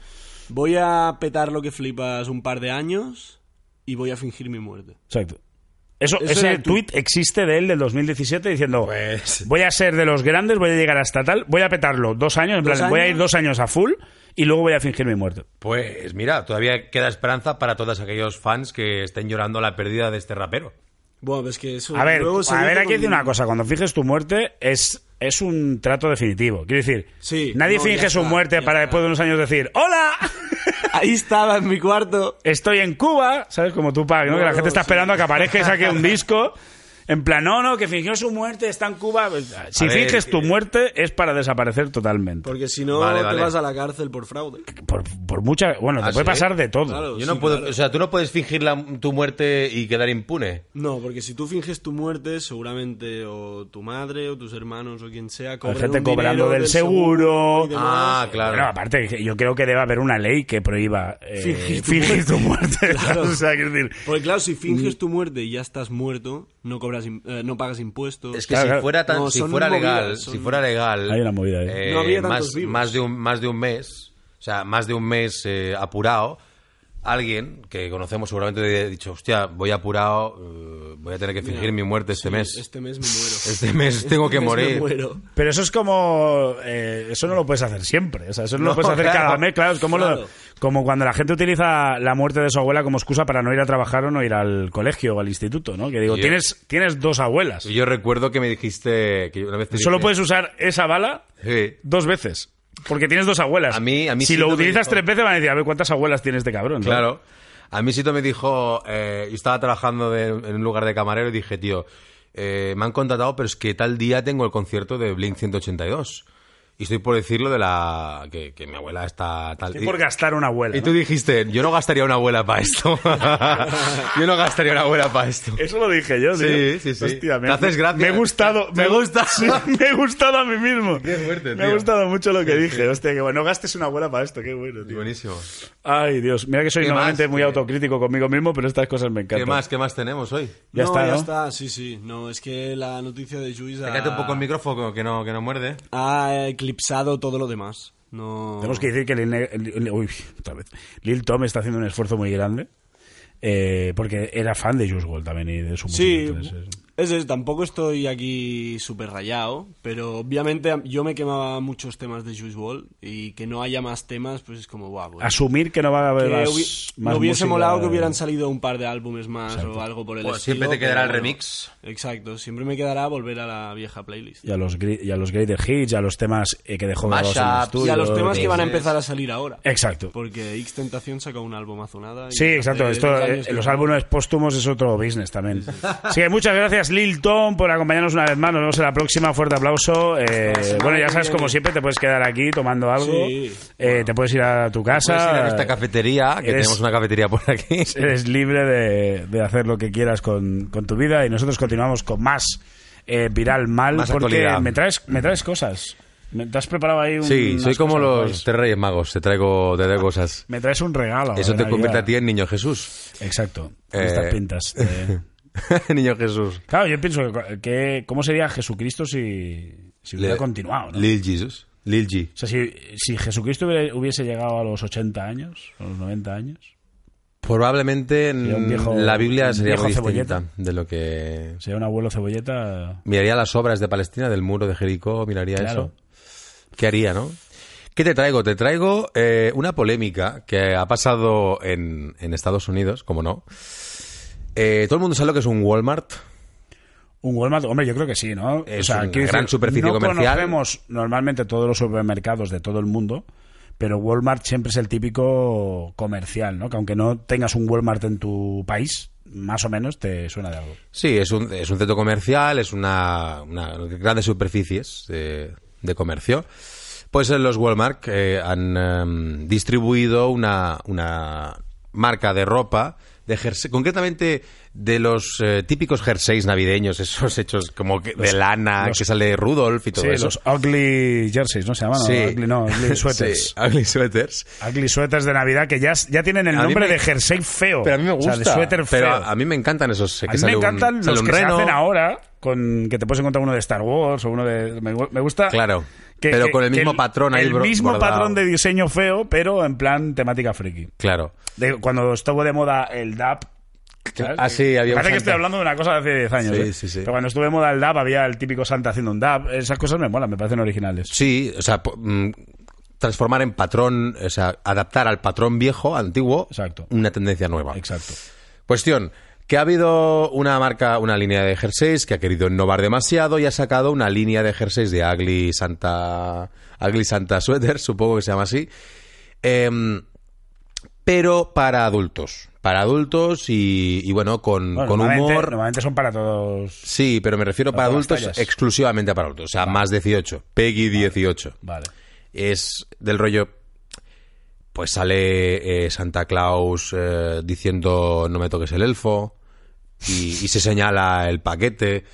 Speaker 3: Voy a petar lo que flipas un par de años y voy a fingir mi muerte.
Speaker 2: Exacto. Eso,
Speaker 3: Eso era
Speaker 2: ese
Speaker 3: el tuit.
Speaker 2: tweet existe de él del 2017 diciendo:
Speaker 1: Pues-
Speaker 2: Voy a ser de los grandes, voy a llegar hasta tal, voy a petarlo dos años, en
Speaker 3: Dos
Speaker 2: plan, voy a ir
Speaker 3: años.
Speaker 2: dos años a full y luego voy a fingir mi muerte.
Speaker 1: Pues mira, todavía queda esperanza para todos aquellos fans que estén llorando la pérdida de este rapero.
Speaker 3: Bueno, pues es que eso.
Speaker 2: A ver,
Speaker 3: luego se
Speaker 2: a
Speaker 3: dice
Speaker 2: ver, aquí
Speaker 3: con-
Speaker 2: dice una cosa. Cuando fijes tu muerte es, es un trato definitivo. Quiero decir,
Speaker 3: Sí,
Speaker 2: nadie
Speaker 3: no,
Speaker 2: finge
Speaker 3: ya
Speaker 2: su
Speaker 3: está,
Speaker 2: muerte
Speaker 3: ya
Speaker 2: para
Speaker 3: está.
Speaker 2: después de unos años decir, ¡Hola!
Speaker 3: Ahí estaba en mi cuarto.
Speaker 2: Estoy en Cuba, ¿sabes? Como Tupac, ¿no? que la
Speaker 3: No,
Speaker 2: gente está
Speaker 3: sí.
Speaker 2: esperando a que aparezca y saque un disco. En plan, no, no, que fingió su muerte, está en Cuba. Si
Speaker 1: A ver,
Speaker 2: finges tu
Speaker 1: eh,
Speaker 2: muerte es para desaparecer totalmente.
Speaker 3: Porque si no,
Speaker 1: Vale,
Speaker 3: te
Speaker 1: vale.
Speaker 3: vas a la cárcel por fraude.
Speaker 2: Por, por mucha... Bueno, te
Speaker 1: ¿Ah, sí?
Speaker 2: puede pasar de todo.
Speaker 3: Claro.
Speaker 1: Yo
Speaker 3: sí,
Speaker 1: no puedo,
Speaker 3: claro.
Speaker 1: o sea, tú no puedes fingir la- tu muerte y quedar impune.
Speaker 3: No, porque si tú finges tu muerte, seguramente o tu madre o tus hermanos o quien sea cobran
Speaker 2: gente
Speaker 3: un
Speaker 2: cobrando
Speaker 3: dinero
Speaker 2: del seguro.
Speaker 3: y demás.
Speaker 1: Ah, claro.
Speaker 2: Bueno, aparte, que yo creo que debe haber una ley que prohíba eh, fingir,
Speaker 3: Fingir
Speaker 2: tu
Speaker 3: tu
Speaker 2: muerte.
Speaker 3: Claro.
Speaker 2: O sea, quiero decir,
Speaker 3: Porque claro, si finges
Speaker 2: Mm.
Speaker 3: tu muerte y ya estás muerto, no cobras, im- eh, no pagas impuestos.
Speaker 1: Es que
Speaker 2: Claro, claro.
Speaker 1: si fuera tan,
Speaker 3: No,
Speaker 1: si
Speaker 3: son
Speaker 1: fuera
Speaker 3: movidas,
Speaker 1: legal,
Speaker 3: son-
Speaker 1: si fuera legal,
Speaker 2: Hay una movida ahí.
Speaker 1: eh,
Speaker 3: No habría tantos
Speaker 1: más,
Speaker 3: vivos.
Speaker 1: más de un más de un mes, o sea, más de un mes eh, apurado, alguien que conocemos seguramente hubiera dicho, hostia, voy apurado, eh, voy a tener que fingir mi muerte este mes.
Speaker 3: Este mes me muero.
Speaker 1: Este mes tengo que
Speaker 3: mes me
Speaker 1: morir.
Speaker 3: muero.
Speaker 2: Pero eso es como. eh, eso no lo puedes hacer siempre. O sea, eso no, lo
Speaker 1: No,
Speaker 2: puedes hacer
Speaker 1: claro.
Speaker 2: cada mes. Claro, es como, lo-
Speaker 3: Claro.
Speaker 2: como cuando la gente utiliza la muerte de su abuela como excusa para no ir a trabajar o no ir al colegio o al instituto, ¿no? Que digo,
Speaker 1: Yo-
Speaker 2: tienes, tienes dos abuelas.
Speaker 1: Yo recuerdo que me dijiste que una vez te
Speaker 2: Solo
Speaker 1: dije-
Speaker 2: puedes usar esa bala
Speaker 1: Sí.
Speaker 2: dos veces. Porque tienes dos abuelas.
Speaker 1: A mí- a mí
Speaker 2: si
Speaker 1: sí
Speaker 2: lo
Speaker 1: no me
Speaker 2: utilizas
Speaker 1: dijo.
Speaker 2: tres veces, van a decir, a ver cuántas abuelas tiene este cabrón. ¿no?
Speaker 1: Claro. A mí Sito me dijo, eh, yo estaba trabajando de- en un lugar de camarero y dije, tío, eh, me han contratado, pero es que tal día tengo el concierto de Blink 182. Y estoy por decirlo de la... que, que mi abuela está tal...
Speaker 2: Y
Speaker 1: y-
Speaker 2: por gastar una abuela.
Speaker 1: y
Speaker 2: ¿no?
Speaker 1: tú dijiste, yo no gastaría una abuela para esto. yo no gastaría una abuela para esto.
Speaker 2: Eso lo dije yo, tío.
Speaker 1: Sí, sí, sí.
Speaker 2: Hostia, me,
Speaker 1: Te haces gracia.
Speaker 2: Me he gustado.
Speaker 1: Te
Speaker 2: me
Speaker 1: gusta.
Speaker 2: Sí, me he gustado a mí mismo.
Speaker 1: Qué fuerte,
Speaker 2: Me ha
Speaker 1: tío.
Speaker 2: gustado mucho lo que dije. Hostia, que bueno, no gastes una abuela para esto. Qué bueno, tío.
Speaker 1: Buenísimo.
Speaker 2: Ay, Dios. Mira que soy
Speaker 1: ¿Qué
Speaker 2: normalmente
Speaker 1: más?
Speaker 2: muy
Speaker 1: Eh,
Speaker 2: autocrítico conmigo mismo, pero estas cosas me encantan.
Speaker 1: ¿Qué más, qué más tenemos hoy?
Speaker 2: Ya
Speaker 3: no,
Speaker 2: está,
Speaker 3: ya
Speaker 2: ¿no?
Speaker 3: está, sí, sí. No, es que la noticia de Juice ha,
Speaker 1: Cállate un poco el micrófono, que no, que no muerde.
Speaker 3: ha eclipsado todo lo demás. No...
Speaker 2: Tenemos que decir que Lil, Ne- Lil- uy, otra vez. Lil Tom está haciendo un esfuerzo muy grande. eh, porque era fan de Juice WRLD también y de su música.
Speaker 3: Sí,
Speaker 2: entonces, eh,
Speaker 3: es, es, tampoco estoy aquí súper rayado, pero obviamente a- yo me quemaba muchos temas de Juice WRLD y que no haya más temas, pues es como guau. bueno.
Speaker 2: Asumir que no va a haber
Speaker 3: Que
Speaker 2: más,
Speaker 3: hubi-
Speaker 2: más
Speaker 3: me hubiese
Speaker 2: música-
Speaker 3: molado que hubieran salido un par de álbumes más
Speaker 2: Exacto.
Speaker 3: o algo por el
Speaker 1: Pues
Speaker 3: estilo.
Speaker 1: siempre te quedará
Speaker 3: pero
Speaker 1: el remix.
Speaker 3: Exacto, siempre me quedará volver a la vieja playlist.
Speaker 2: y a los gri- y a los Greater Hits, y a los temas eh, que dejó grabados en el
Speaker 1: Mashups.
Speaker 2: estudio,
Speaker 3: Y a los temas
Speaker 2: de-
Speaker 3: que van a empezar a salir ahora.
Speaker 2: Exacto.
Speaker 3: Porque X Tentación sacó un álbum hace nada. y
Speaker 2: Sí,
Speaker 3: hace
Speaker 2: exacto.
Speaker 3: diez
Speaker 2: Esto,
Speaker 3: años
Speaker 2: eh,
Speaker 3: que
Speaker 2: los
Speaker 3: no.
Speaker 2: álbumes póstumos es otro business también. Así que muchas gracias, Lil Tom, por acompañarnos una vez más. Nos vemos en la próxima. Fuerte aplauso. Eh,
Speaker 1: Ah,
Speaker 3: semana
Speaker 2: bueno, ya
Speaker 3: que
Speaker 2: sabes,
Speaker 3: viene.
Speaker 2: como siempre, te puedes quedar aquí tomando algo.
Speaker 3: Sí.
Speaker 2: Eh, Te puedes ir a tu casa.
Speaker 1: Puedes ir a nuestra cafetería, que
Speaker 2: eres-
Speaker 1: tenemos una cafetería por aquí.
Speaker 2: Eres libre de, de hacer lo que quieras con, con tu vida. Y nosotros continuamos con más eh, Viral Mal.
Speaker 1: Más
Speaker 2: porque
Speaker 1: actualidad.
Speaker 2: me traes, me traes cosas. Me, ¿Te has preparado ahí un
Speaker 1: Sí,
Speaker 2: unas
Speaker 1: soy como
Speaker 2: cosas
Speaker 1: los
Speaker 2: guays.
Speaker 1: tres reyes magos, te traigo, te traigo cosas.
Speaker 2: Me traes un regalo.
Speaker 1: Eso
Speaker 2: de
Speaker 1: te
Speaker 2: Navidad.
Speaker 1: convierte a ti en niño Jesús.
Speaker 2: Exacto.
Speaker 1: Eh.
Speaker 2: Estas pintas. eh. de-
Speaker 1: niño Jesús.
Speaker 2: Claro, yo pienso que, que- cómo sería Jesucristo si, si hubiera
Speaker 1: Le-
Speaker 2: continuado, ¿no?
Speaker 1: Lil Jesus. Lil G.
Speaker 2: o sea, si, si Jesucristo hubiera- hubiese llegado a los 80 años, a los 90 años,
Speaker 1: Probablemente
Speaker 2: un
Speaker 1: mm,
Speaker 2: viejo-
Speaker 1: la Biblia
Speaker 2: un
Speaker 1: sería
Speaker 2: viejo
Speaker 1: muy
Speaker 2: cebolleta.
Speaker 1: distinta de lo que...
Speaker 2: sería un abuelo cebolleta...
Speaker 1: Miraría las obras de Palestina, del muro de Jericó, miraría
Speaker 2: Claro.
Speaker 1: eso. ¿Qué haría, no? ¿Qué te traigo? Te traigo eh, una polémica que ha pasado en, en Estados Unidos, como no. Eh, Todo el mundo sabe lo que es un Walmart.
Speaker 2: Un Walmart, hombre, yo creo que sí, ¿no?
Speaker 1: Es una
Speaker 2: quiero
Speaker 1: gran superficie
Speaker 2: no
Speaker 1: comercial.
Speaker 2: conocemos normalmente todos los supermercados de todo el mundo, pero Walmart siempre es el típico comercial, ¿no? Que aunque no tengas un Walmart en tu país, más o menos te suena de algo.
Speaker 1: Sí, es un, es un centro comercial, es una, una- grandes superficies eh, de comercio. Pues en los Walmart eh, han em, distribuido una, una marca de ropa, de jersey, concretamente de los eh, típicos jerseys navideños, esos hechos como que de lana,
Speaker 2: los-
Speaker 1: que sale Rudolf y todo
Speaker 2: Sí,
Speaker 1: eso.
Speaker 2: los ugly jerseys, ¿no se llaman?
Speaker 1: Sí.
Speaker 2: Ugly, no, ugly sweaters.
Speaker 1: Sí, ugly sweaters.
Speaker 2: Ugly sweaters de Navidad que ya, ya tienen el
Speaker 1: A mí
Speaker 2: nombre
Speaker 1: me-
Speaker 2: de jersey feo.
Speaker 1: Pero a mí me
Speaker 2: Oh. O sea,
Speaker 1: gusta.
Speaker 2: de suéter feo.
Speaker 1: Pero a, a mí me encantan esos. eh,
Speaker 2: A
Speaker 1: Que
Speaker 2: mí me
Speaker 1: sale un-
Speaker 2: encantan
Speaker 1: sale
Speaker 2: los
Speaker 1: un
Speaker 2: que se
Speaker 1: reno.
Speaker 2: hacen ahora, con que te puedes encontrar uno de Star Wars o uno de... Me, gu- me gusta...
Speaker 1: Claro, pero con el mismo patrón ahí
Speaker 2: El
Speaker 1: bro-
Speaker 2: mismo
Speaker 1: bordado.
Speaker 2: patrón de diseño feo, pero en plan temática friki.
Speaker 1: Claro.
Speaker 2: De, cuando estuvo de moda el DAP... ¿sabes?
Speaker 1: Ah, sí, había un
Speaker 2: Parece que
Speaker 1: Santa.
Speaker 2: estoy hablando de una cosa de hace 10 años.
Speaker 1: Sí,
Speaker 2: ¿eh?
Speaker 1: sí, sí.
Speaker 2: Pero cuando estuve de moda el DAP, había el típico Santa haciendo un DAP. Esas cosas me molan, me parecen originales.
Speaker 1: Sí, o sea, po- mm, transformar en patrón, o sea, adaptar al patrón viejo, antiguo,
Speaker 2: Exacto.
Speaker 1: una tendencia nueva.
Speaker 2: Exacto.
Speaker 1: Cuestión, que ha habido una marca, una línea de jerseys que ha querido innovar demasiado y ha sacado una línea de jerseys de Ugly Santa, Ugly Santa Sweater, supongo que se llama así, Em, pero para adultos. Para adultos y, y bueno, con,
Speaker 2: Bueno,
Speaker 1: con
Speaker 2: normalmente-
Speaker 1: humor.
Speaker 2: Normalmente son para todos...
Speaker 1: Sí, pero me refiero para
Speaker 2: todas las
Speaker 1: adultos
Speaker 2: tallas.
Speaker 1: exclusivamente para adultos. O sea, más 18. Peggy 18
Speaker 2: Vale.
Speaker 1: es del rollo. Pues sale eh, Santa Claus eh, diciendo no me toques el elfo y, y se señala el paquete.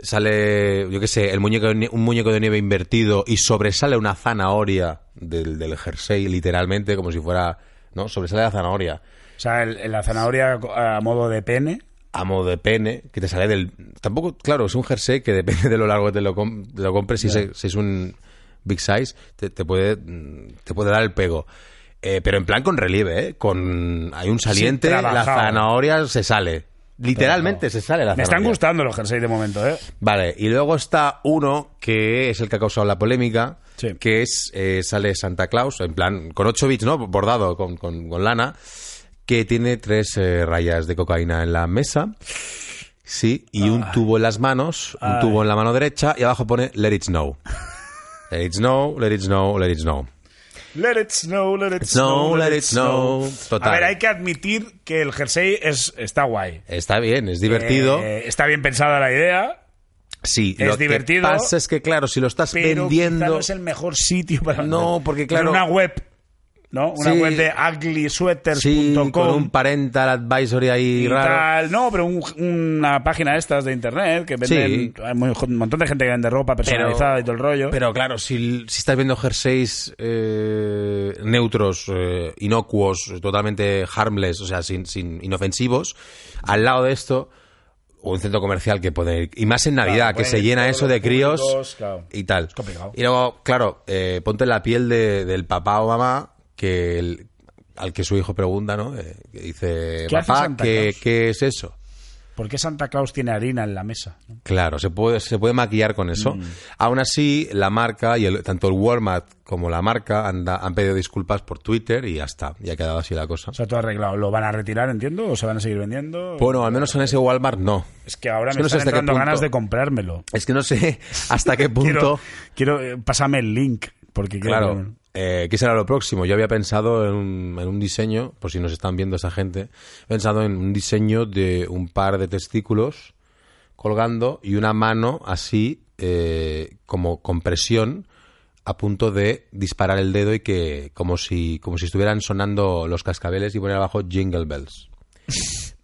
Speaker 1: Sale, yo qué sé, el muñeco de nie- un muñeco de nieve invertido y sobresale una zanahoria del, del jersey, literalmente, como si fuera. ¿No? Sobresale la zanahoria
Speaker 2: O sea, el- el- la zanahoria a modo de pene...
Speaker 1: a modo de pene, que te sale del... Tampoco, claro, es un jersey que depende de lo largo que te lo, com- te lo compres, si, se- si es un big size, te, te puede, mm, te puede dar el pego. Eh, pero en plan con relieve, ¿eh? Con, hay un saliente, la
Speaker 2: trabajado.
Speaker 1: zanahoria se sale. Literalmente se sale la zanahoria.
Speaker 2: Me están gustando los jerseys de momento, ¿eh?
Speaker 1: Vale, y luego está uno que es el que ha causado la polémica,
Speaker 2: Sí.
Speaker 1: que es, eh, sale Santa Claus, en plan, con 8 bits, ¿no? Bordado con, con- con lana, que tiene tres eh, rayas de cocaína en la mesa, sí, y un tubo en las manos, un
Speaker 2: Ay.
Speaker 1: tubo en la mano derecha, y abajo pone Let it snow. Let it snow, let it snow, let it snow.
Speaker 2: Let it snow, let it
Speaker 1: Snow,
Speaker 2: snow,
Speaker 1: let it snow. Total.
Speaker 2: A ver, hay que admitir que el jersey es, está guay.
Speaker 1: Está bien, es divertido.
Speaker 2: Eh, está bien pensada la idea,
Speaker 1: sí,
Speaker 2: es
Speaker 1: lo
Speaker 2: divertido,
Speaker 1: que pasa es que, claro, si lo estás
Speaker 2: pero
Speaker 1: vendiendo...
Speaker 2: quizá no es el mejor sitio para...
Speaker 1: No, porque,
Speaker 2: En
Speaker 1: claro-
Speaker 2: una web, ¿no? Una
Speaker 1: Sí.
Speaker 2: web de
Speaker 1: Sí, con un
Speaker 2: uglysweaters.com
Speaker 1: parental advisory ahí
Speaker 2: y
Speaker 1: raro.
Speaker 2: tal. No, pero un- una página de estas de internet que venden...
Speaker 1: Sí.
Speaker 2: Hay muy- un montón de gente que vende ropa personalizada y todo el rollo.
Speaker 1: Pero claro, si, si estás viendo jerseys eh, neutros, eh, inocuos, totalmente harmless, o sea, sin, sin inofensivos, al lado de esto, un centro comercial que puede ir, y más en Navidad,
Speaker 2: Claro,
Speaker 1: que
Speaker 2: pueden
Speaker 1: se
Speaker 2: ir
Speaker 1: llena
Speaker 2: todos
Speaker 1: eso
Speaker 2: los
Speaker 1: de críos
Speaker 2: públicos, claro.
Speaker 1: y tal.
Speaker 2: complicado.
Speaker 1: Y luego, claro, eh, ponte en la piel de- del papá o mamá que el- al que su hijo pregunta, ¿no? Eh, que dice,
Speaker 2: ¿Qué hace
Speaker 1: papá,
Speaker 2: Santa
Speaker 1: ¿qué,
Speaker 2: Claus?"
Speaker 1: ¿qué es eso?
Speaker 2: ¿Por qué Santa Claus tiene harina en la mesa?
Speaker 1: Claro, se puede, se puede maquillar con eso. Aún así, la marca, y el- tanto el Walmart como la marca han, da- han pedido disculpas por Twitter y ya está, ya ha quedado así la cosa.
Speaker 2: O sea, todo arreglado. ¿Lo van a retirar, entiendo? ¿O se van a seguir vendiendo?
Speaker 1: Bueno, al menos en ese Walmart no.
Speaker 2: es que
Speaker 1: Pues,
Speaker 2: ahora
Speaker 1: es que
Speaker 2: me
Speaker 1: no sé
Speaker 2: están
Speaker 1: hasta qué
Speaker 2: entrando
Speaker 1: punto.
Speaker 2: ganas de comprármelo.
Speaker 1: Es que no sé hasta qué punto.
Speaker 2: Quiero, quiero eh, pásame el link. Porque quiero-
Speaker 1: claro, eh, ¿qué será lo próximo? Yo había pensado en un, en un diseño, por si nos están viendo esa gente, he pensado en un diseño de un par de testículos colgando y una mano así, eh, como con presión, a punto de disparar el dedo y que, como si, como si estuvieran sonando los cascabeles y poner abajo Jingle Bells.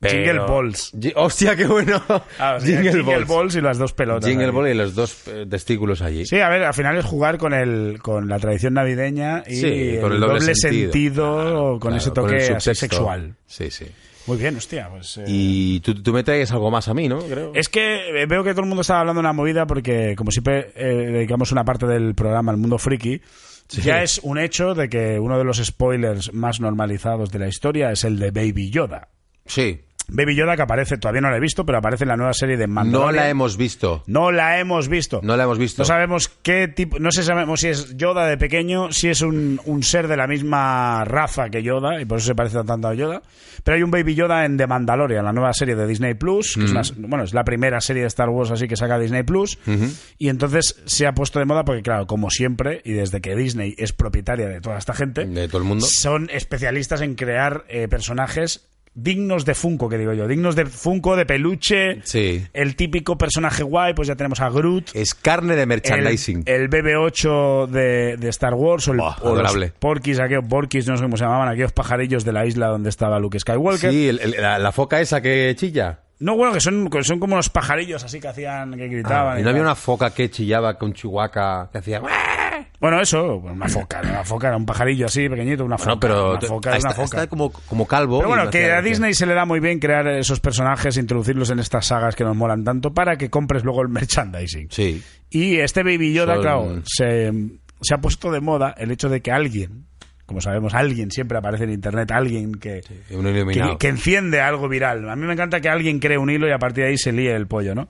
Speaker 2: Jingle Balls.
Speaker 1: Ji- ¡Hostia, qué bueno!
Speaker 2: Ah, o sea,
Speaker 1: jingle,
Speaker 2: jingle,
Speaker 1: Balls.
Speaker 2: balls y las dos pelotas.
Speaker 1: Jingle
Speaker 2: ahí.
Speaker 1: Ball y los dos eh, testículos allí.
Speaker 2: Sí, a ver, al final es jugar con el con la tradición navideña y
Speaker 1: Sí, con el doble sentido.
Speaker 2: sentido, con
Speaker 1: Claro,
Speaker 2: ese toque
Speaker 1: el
Speaker 2: así
Speaker 1: subtexto.
Speaker 2: sexual.
Speaker 1: Sí, sí.
Speaker 2: Muy bien, hostia. Pues, eh,
Speaker 1: Y tú, tú me traes algo más a mí, ¿no? Creo.
Speaker 2: Es que eh, veo que todo el mundo está hablando de una movida porque, como siempre, eh, dedicamos una parte del programa al mundo friki. Ya es un hecho de que uno de los spoilers más normalizados de la historia es el de Baby Yoda.
Speaker 1: Sí.
Speaker 2: Baby Yoda que aparece, todavía no la he visto, pero aparece en la nueva serie de
Speaker 1: No
Speaker 2: Mandalorian.
Speaker 1: la hemos visto.
Speaker 2: No la hemos visto.
Speaker 1: No la hemos visto.
Speaker 2: No sabemos qué tipo, no sé sabemos si es Yoda de pequeño, si es un, un ser de la misma raza que Yoda, y por eso se parece tanto a Yoda. Pero hay un Baby Yoda en The Mandalorian, la nueva serie de Disney Plus, que es una- bueno, es la primera serie de Star Wars así que saca Disney Plus. Y entonces se ha puesto de moda porque, claro, como siempre, y desde que Disney es propietaria de toda esta gente,
Speaker 1: De todo el mundo.
Speaker 2: son especialistas en crear eh, personajes dignos de Funko, que digo yo. Dignos de Funko, de peluche.
Speaker 1: Sí.
Speaker 2: El típico personaje guay, pues ya tenemos a Groot.
Speaker 1: Es carne de
Speaker 2: El,
Speaker 1: merchandising.
Speaker 2: el BB-8 de, de Star Wars o, el,
Speaker 1: Buah,
Speaker 2: o los
Speaker 1: adorable.
Speaker 2: Porkis, aquellos Porkis, no sé cómo se llamaban, aquellos pajarillos de la isla donde estaba Luke Skywalker.
Speaker 1: sí, el- el- la, la foca esa que chilla.
Speaker 2: No, bueno, que son, que son como los pajarillos así que hacían, que gritaban.
Speaker 1: Ah,
Speaker 2: y
Speaker 1: y no había
Speaker 2: tal.
Speaker 1: una foca que chillaba con chihuahua que hacía.
Speaker 2: Bueno, eso, bueno, una foca, ¿no? una foca, era un pajarillo así, pequeñito, una foca.
Speaker 1: No, pero
Speaker 2: una
Speaker 1: te-
Speaker 2: foca,
Speaker 1: está,
Speaker 2: era una foca.
Speaker 1: está como, como calvo.
Speaker 2: Pero
Speaker 1: y
Speaker 2: bueno,
Speaker 1: no
Speaker 2: que
Speaker 1: hacía
Speaker 2: a
Speaker 1: gracia.
Speaker 2: Disney se le da muy bien crear esos personajes, introducirlos en estas sagas que nos molan tanto para que compres luego el merchandising.
Speaker 1: Sí.
Speaker 2: Y este Baby Yoda,
Speaker 1: Son-
Speaker 2: claro, se, se ha puesto de moda el hecho de que alguien, como sabemos, alguien siempre aparece en internet, alguien que,
Speaker 1: Un
Speaker 2: que,
Speaker 1: iluminado.
Speaker 2: que enciende algo viral. A mí me encanta que alguien cree un hilo y a partir de ahí se líe el pollo, ¿no?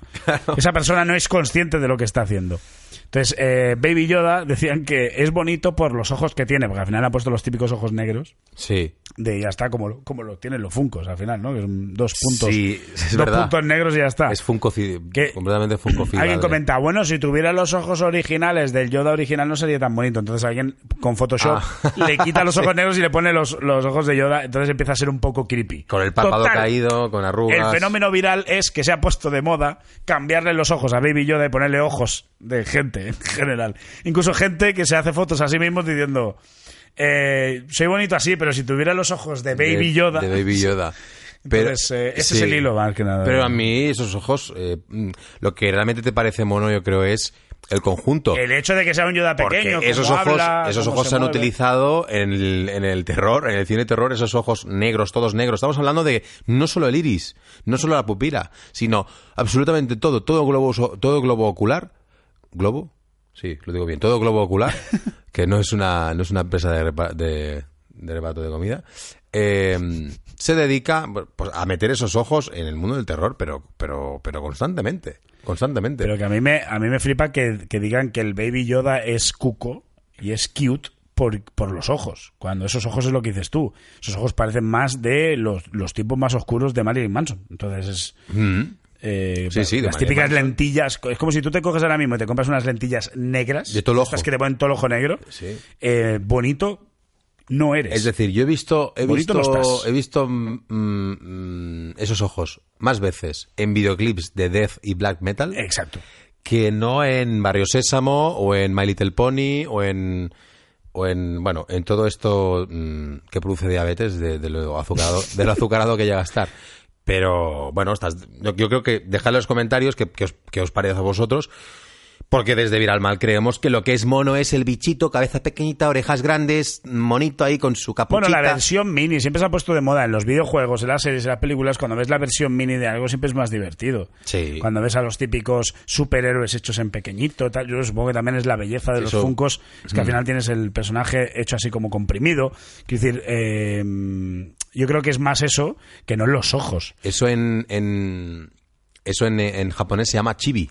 Speaker 2: Esa persona no es consciente de lo que está haciendo. Entonces, eh, Baby Yoda decían que es bonito por los ojos que tiene, porque al final ha puesto los típicos ojos negros
Speaker 1: Sí.
Speaker 2: de ya está, como, lo- como lo tienen los funcos al final, ¿no? Que son dos puntos,
Speaker 1: Sí, es
Speaker 2: dos
Speaker 1: verdad.
Speaker 2: puntos negros y ya está.
Speaker 1: Es Funko.
Speaker 2: Que-
Speaker 1: Completamente Funko
Speaker 2: Alguien comenta, bueno, si tuviera los ojos originales del Yoda original no sería tan bonito. Entonces alguien con Photoshop
Speaker 1: Ah.
Speaker 2: le quita los ojos negros y le pone los, los ojos de Yoda. Entonces empieza a ser un poco creepy.
Speaker 1: Con el párpado
Speaker 2: Total,
Speaker 1: caído, con arrugas.
Speaker 2: El fenómeno viral es que se ha puesto de moda cambiarle los ojos a Baby Yoda y ponerle ojos de gente en general. Incluso gente que se hace fotos a sí mismos diciendo, eh, soy bonito así, pero si tuviera los ojos de
Speaker 1: de-
Speaker 2: Baby Yoda...
Speaker 1: De Baby Yoda.
Speaker 2: Entonces, eh, ese es el hilo más que nada.
Speaker 1: Pero a mí esos ojos, eh, mm, lo que realmente te parece mono yo creo es el conjunto.
Speaker 2: El hecho de que sea un Yoda
Speaker 1: porque
Speaker 2: pequeño, cómo
Speaker 1: esos ojos,
Speaker 2: habla,
Speaker 1: esos
Speaker 2: cómo
Speaker 1: ojos se han
Speaker 2: mueve.
Speaker 1: utilizado en el, en el terror, en el cine terror, esos ojos negros, todos negros. Estamos hablando de no solo el iris, no solo la pupila, sino absolutamente todo, todo globo, uso- todo globo ocular, globo, sí, lo digo bien, todo globo ocular, que no es una, no es una empresa de, repa- de, de reparto de comida. eh, se dedica pues, a meter esos ojos en el mundo del terror, pero, pero, pero constantemente, constantemente.
Speaker 2: Pero que a mí me, a mí me flipa que, que digan que el Baby Yoda es cuco y es cute por, por los ojos. Cuando esos ojos es lo que dices tú. Esos ojos parecen más de los, los tipos más oscuros de Marilyn Manson. Entonces es... eh,
Speaker 1: Mm. Sí, sí, de
Speaker 2: las
Speaker 1: Marilyn
Speaker 2: típicas lentillas es como si tú te coges ahora mismo y te compras unas lentillas negras
Speaker 1: De todo el
Speaker 2: estas
Speaker 1: ojo.
Speaker 2: que te ponen todo el ojo negro
Speaker 1: Sí.
Speaker 2: eh, bonito no eres
Speaker 1: Es decir, yo he visto, he
Speaker 2: Bonito no
Speaker 1: visto,
Speaker 2: estás.
Speaker 1: he visto mm, mm, mm, esos ojos más veces en videoclips de death y black metal
Speaker 2: exacto
Speaker 1: que no en Barrio Sésamo o en My Little Pony o en o en bueno en todo esto mm, que produce diabetes de, de lo azucarado de lo azucarado que llega a estar. Pero bueno, estás, yo, yo creo que dejad en los comentarios que, que os, que os parece a vosotros. Porque desde Viral Mal creemos que lo que es mono es el bichito, cabeza pequeñita, orejas grandes, monito ahí con su
Speaker 2: Bueno,
Speaker 1: capuchita.
Speaker 2: la versión mini siempre se ha puesto de moda en los videojuegos, en las series, en las películas. Cuando ves la versión mini de algo siempre es más divertido.
Speaker 1: Sí.
Speaker 2: Cuando ves a los típicos superhéroes hechos en pequeñito, tal, yo supongo que también es la belleza de
Speaker 1: Eso- Mm.
Speaker 2: los Funkos, es que al final tienes el personaje hecho así como comprimido. Quiero decir, eh, yo creo que es más eso que no los ojos.
Speaker 1: Eso en, en eso en, en japonés se llama chibi.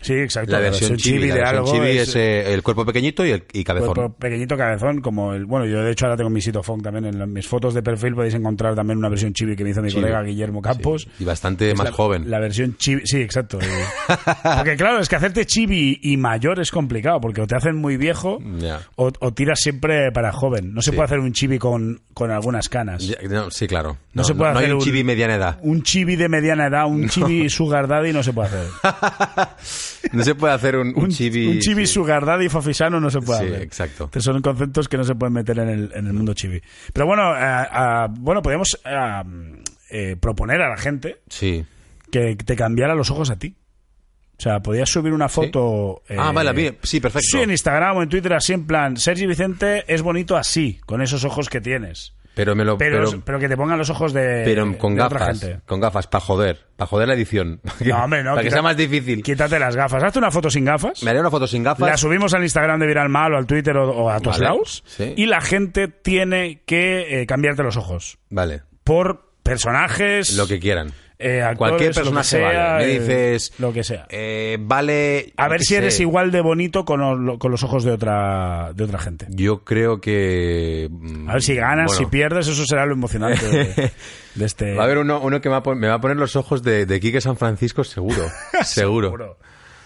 Speaker 2: Sí, exacto.
Speaker 1: La versión chibi, la versión chibi es, eh, el cuerpo pequeñito y el y cabezón.
Speaker 2: Cuerpo pues, pequeñito cabezón, como el. Bueno, yo de hecho ahora tengo mi sitio funk también. En la- mis fotos de perfil podéis encontrar también una versión chibi que me hizo mi
Speaker 1: Chibi.
Speaker 2: colega Guillermo Campos.
Speaker 1: Sí, Y bastante
Speaker 2: Es
Speaker 1: más
Speaker 2: la-
Speaker 1: joven.
Speaker 2: La versión chibi. Sí, exacto. Eh, porque claro, es que hacerte chibi y mayor es complicado, porque o te hacen muy viejo
Speaker 1: Ya.
Speaker 2: o, o tiras siempre para joven. No se
Speaker 1: Sí.
Speaker 2: puede hacer un chibi con, con algunas canas.
Speaker 1: Ya, no, sí, claro. No,
Speaker 2: se puede
Speaker 1: no hay
Speaker 2: hacer
Speaker 1: un
Speaker 2: un-
Speaker 1: chibi mediana edad.
Speaker 2: Un chibi de mediana edad, un chibi sugar daddy no se puede hacer.
Speaker 1: No se puede hacer un, un chibi.
Speaker 2: un chibi
Speaker 1: sí.
Speaker 2: sugar daddy fofisano no se puede
Speaker 1: Sí,
Speaker 2: hacer.
Speaker 1: exacto.
Speaker 2: Que son conceptos que no se pueden meter en el, en el mundo chibi. Pero bueno, ah, ah, bueno podemos ah, eh, proponer a la gente
Speaker 1: Sí.
Speaker 2: que te cambiara los ojos a ti. O sea, podías subir una foto.
Speaker 1: ah,
Speaker 2: eh,
Speaker 1: vale, bien. Sí, perfecto.
Speaker 2: Sí, en Instagram o en Twitter, así en plan, Sergi Vicente es bonito así, con esos ojos que tienes.
Speaker 1: Pero me lo.
Speaker 2: Pero,
Speaker 1: Pero,
Speaker 2: pero, que te pongan los ojos de,
Speaker 1: pero con
Speaker 2: de otra
Speaker 1: gafas.
Speaker 2: gente.
Speaker 1: Con gafas, para joder. Para joder la edición. Para que,
Speaker 2: No, hombre, no.
Speaker 1: Para que
Speaker 2: quita-
Speaker 1: sea más difícil.
Speaker 2: Quítate las gafas. Hazte una foto sin gafas.
Speaker 1: Me haré una foto sin gafas.
Speaker 2: La subimos al Instagram de Viral Mal o al Twitter o, o a tus
Speaker 1: Vale,
Speaker 2: lados.
Speaker 1: sí.
Speaker 2: Y la gente tiene que eh, cambiarte los ojos.
Speaker 1: Vale.
Speaker 2: Por personajes.
Speaker 1: Lo que quieran.
Speaker 2: eh, actores,
Speaker 1: Cualquier
Speaker 2: lo que
Speaker 1: personaje
Speaker 2: sea,
Speaker 1: vale. Me
Speaker 2: eh,
Speaker 1: dices.
Speaker 2: Lo que sea.
Speaker 1: eh, vale.
Speaker 2: A
Speaker 1: yo
Speaker 2: ver
Speaker 1: qué
Speaker 2: si eres
Speaker 1: sé.
Speaker 2: igual de bonito con, lo- con los ojos de otra, de otra gente.
Speaker 1: Yo creo que. mm,
Speaker 2: A ver si ganas,
Speaker 1: bueno.
Speaker 2: si pierdes, eso será lo emocionante de, de este.
Speaker 1: Va a haber uno, uno que me va a, pon- me va a poner los ojos de, de Quique San Francisco, seguro. seguro.
Speaker 2: Seguro.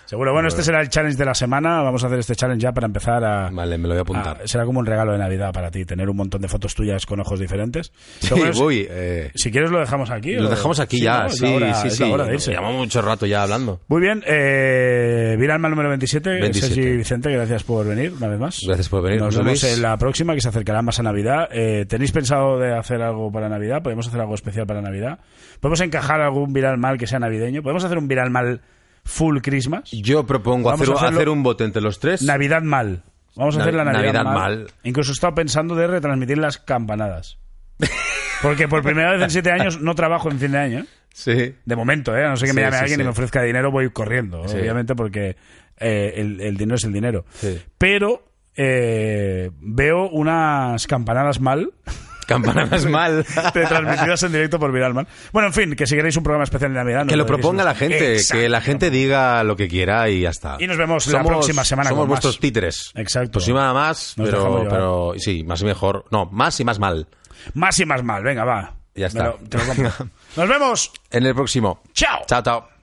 Speaker 2: Seguro. Bueno, este será el challenge de la semana. Vamos a hacer este challenge ya para empezar a.
Speaker 1: Vale, me lo voy a apuntar.
Speaker 2: a- será como un regalo de Navidad para ti, tener un montón de fotos tuyas con ojos diferentes.
Speaker 1: Sí,
Speaker 2: Pero bueno, si-
Speaker 1: uy, eh,
Speaker 2: Si quieres lo dejamos aquí.
Speaker 1: lo
Speaker 2: ¿o?
Speaker 1: dejamos aquí ya,
Speaker 2: ¿no? Es
Speaker 1: sí,
Speaker 2: la hora-
Speaker 1: sí,
Speaker 2: es
Speaker 1: sí.
Speaker 2: la hora de irse.
Speaker 1: Llevamos mucho rato ya hablando.
Speaker 2: Muy bien, eh, Viralma número 27,
Speaker 1: 27.
Speaker 2: Sergi Vicente, gracias por venir una vez más.
Speaker 1: Gracias por venir,
Speaker 2: Nos
Speaker 1: José
Speaker 2: vemos
Speaker 1: Luis.
Speaker 2: en la próxima, que se acercará más a Navidad. Eh, ¿Tenéis pensado de hacer algo para Navidad? ¿Podemos hacer algo especial para Navidad? ¿Podemos encajar algún viral mal que sea navideño? ¿Podemos hacer un viral mal full Christmas?
Speaker 1: Yo propongo
Speaker 2: Vamos
Speaker 1: hacer,
Speaker 2: a hacerlo-
Speaker 1: hacer un bote entre los tres.
Speaker 2: Navidad mal. Vamos a
Speaker 1: Navi-
Speaker 2: hacer la Navidad,
Speaker 1: Navidad
Speaker 2: mal.
Speaker 1: mal.
Speaker 2: Incluso he estado pensando de retransmitir las campanadas. Porque por primera vez en siete años no trabajo en fin de año. ¿eh?
Speaker 1: sí.
Speaker 2: De momento, ¿eh? A no sé que me
Speaker 1: Sí,
Speaker 2: llame
Speaker 1: sí,
Speaker 2: alguien
Speaker 1: sí.
Speaker 2: y me ofrezca dinero, voy corriendo,
Speaker 1: Sí.
Speaker 2: obviamente, porque eh, el, el dinero es el dinero.
Speaker 1: Sí.
Speaker 2: Pero eh, veo unas campanadas mal,
Speaker 1: Campanadas mal.
Speaker 2: transmitidas en directo por Viralman. Bueno, en fin, que si queréis un programa especial de Navidad... nos
Speaker 1: Que lo
Speaker 2: podéis-
Speaker 1: proponga la gente,
Speaker 2: Exacto.
Speaker 1: que la gente diga lo que quiera y ya está.
Speaker 2: Y nos vemos la próxima semana
Speaker 1: Somos
Speaker 2: con
Speaker 1: vuestros
Speaker 2: más.
Speaker 1: títeres.
Speaker 2: Exacto.
Speaker 1: Próxima más,
Speaker 2: Nos dejamos
Speaker 1: pero,
Speaker 2: llevar.
Speaker 1: pero sí, más y mejor. No, más y más mal.
Speaker 2: Más y más mal, venga, va.
Speaker 1: Ya
Speaker 2: Me
Speaker 1: está.
Speaker 2: lo- te lo compro. Nos vemos.
Speaker 1: En el próximo.
Speaker 2: Chao.
Speaker 1: Chao, chao.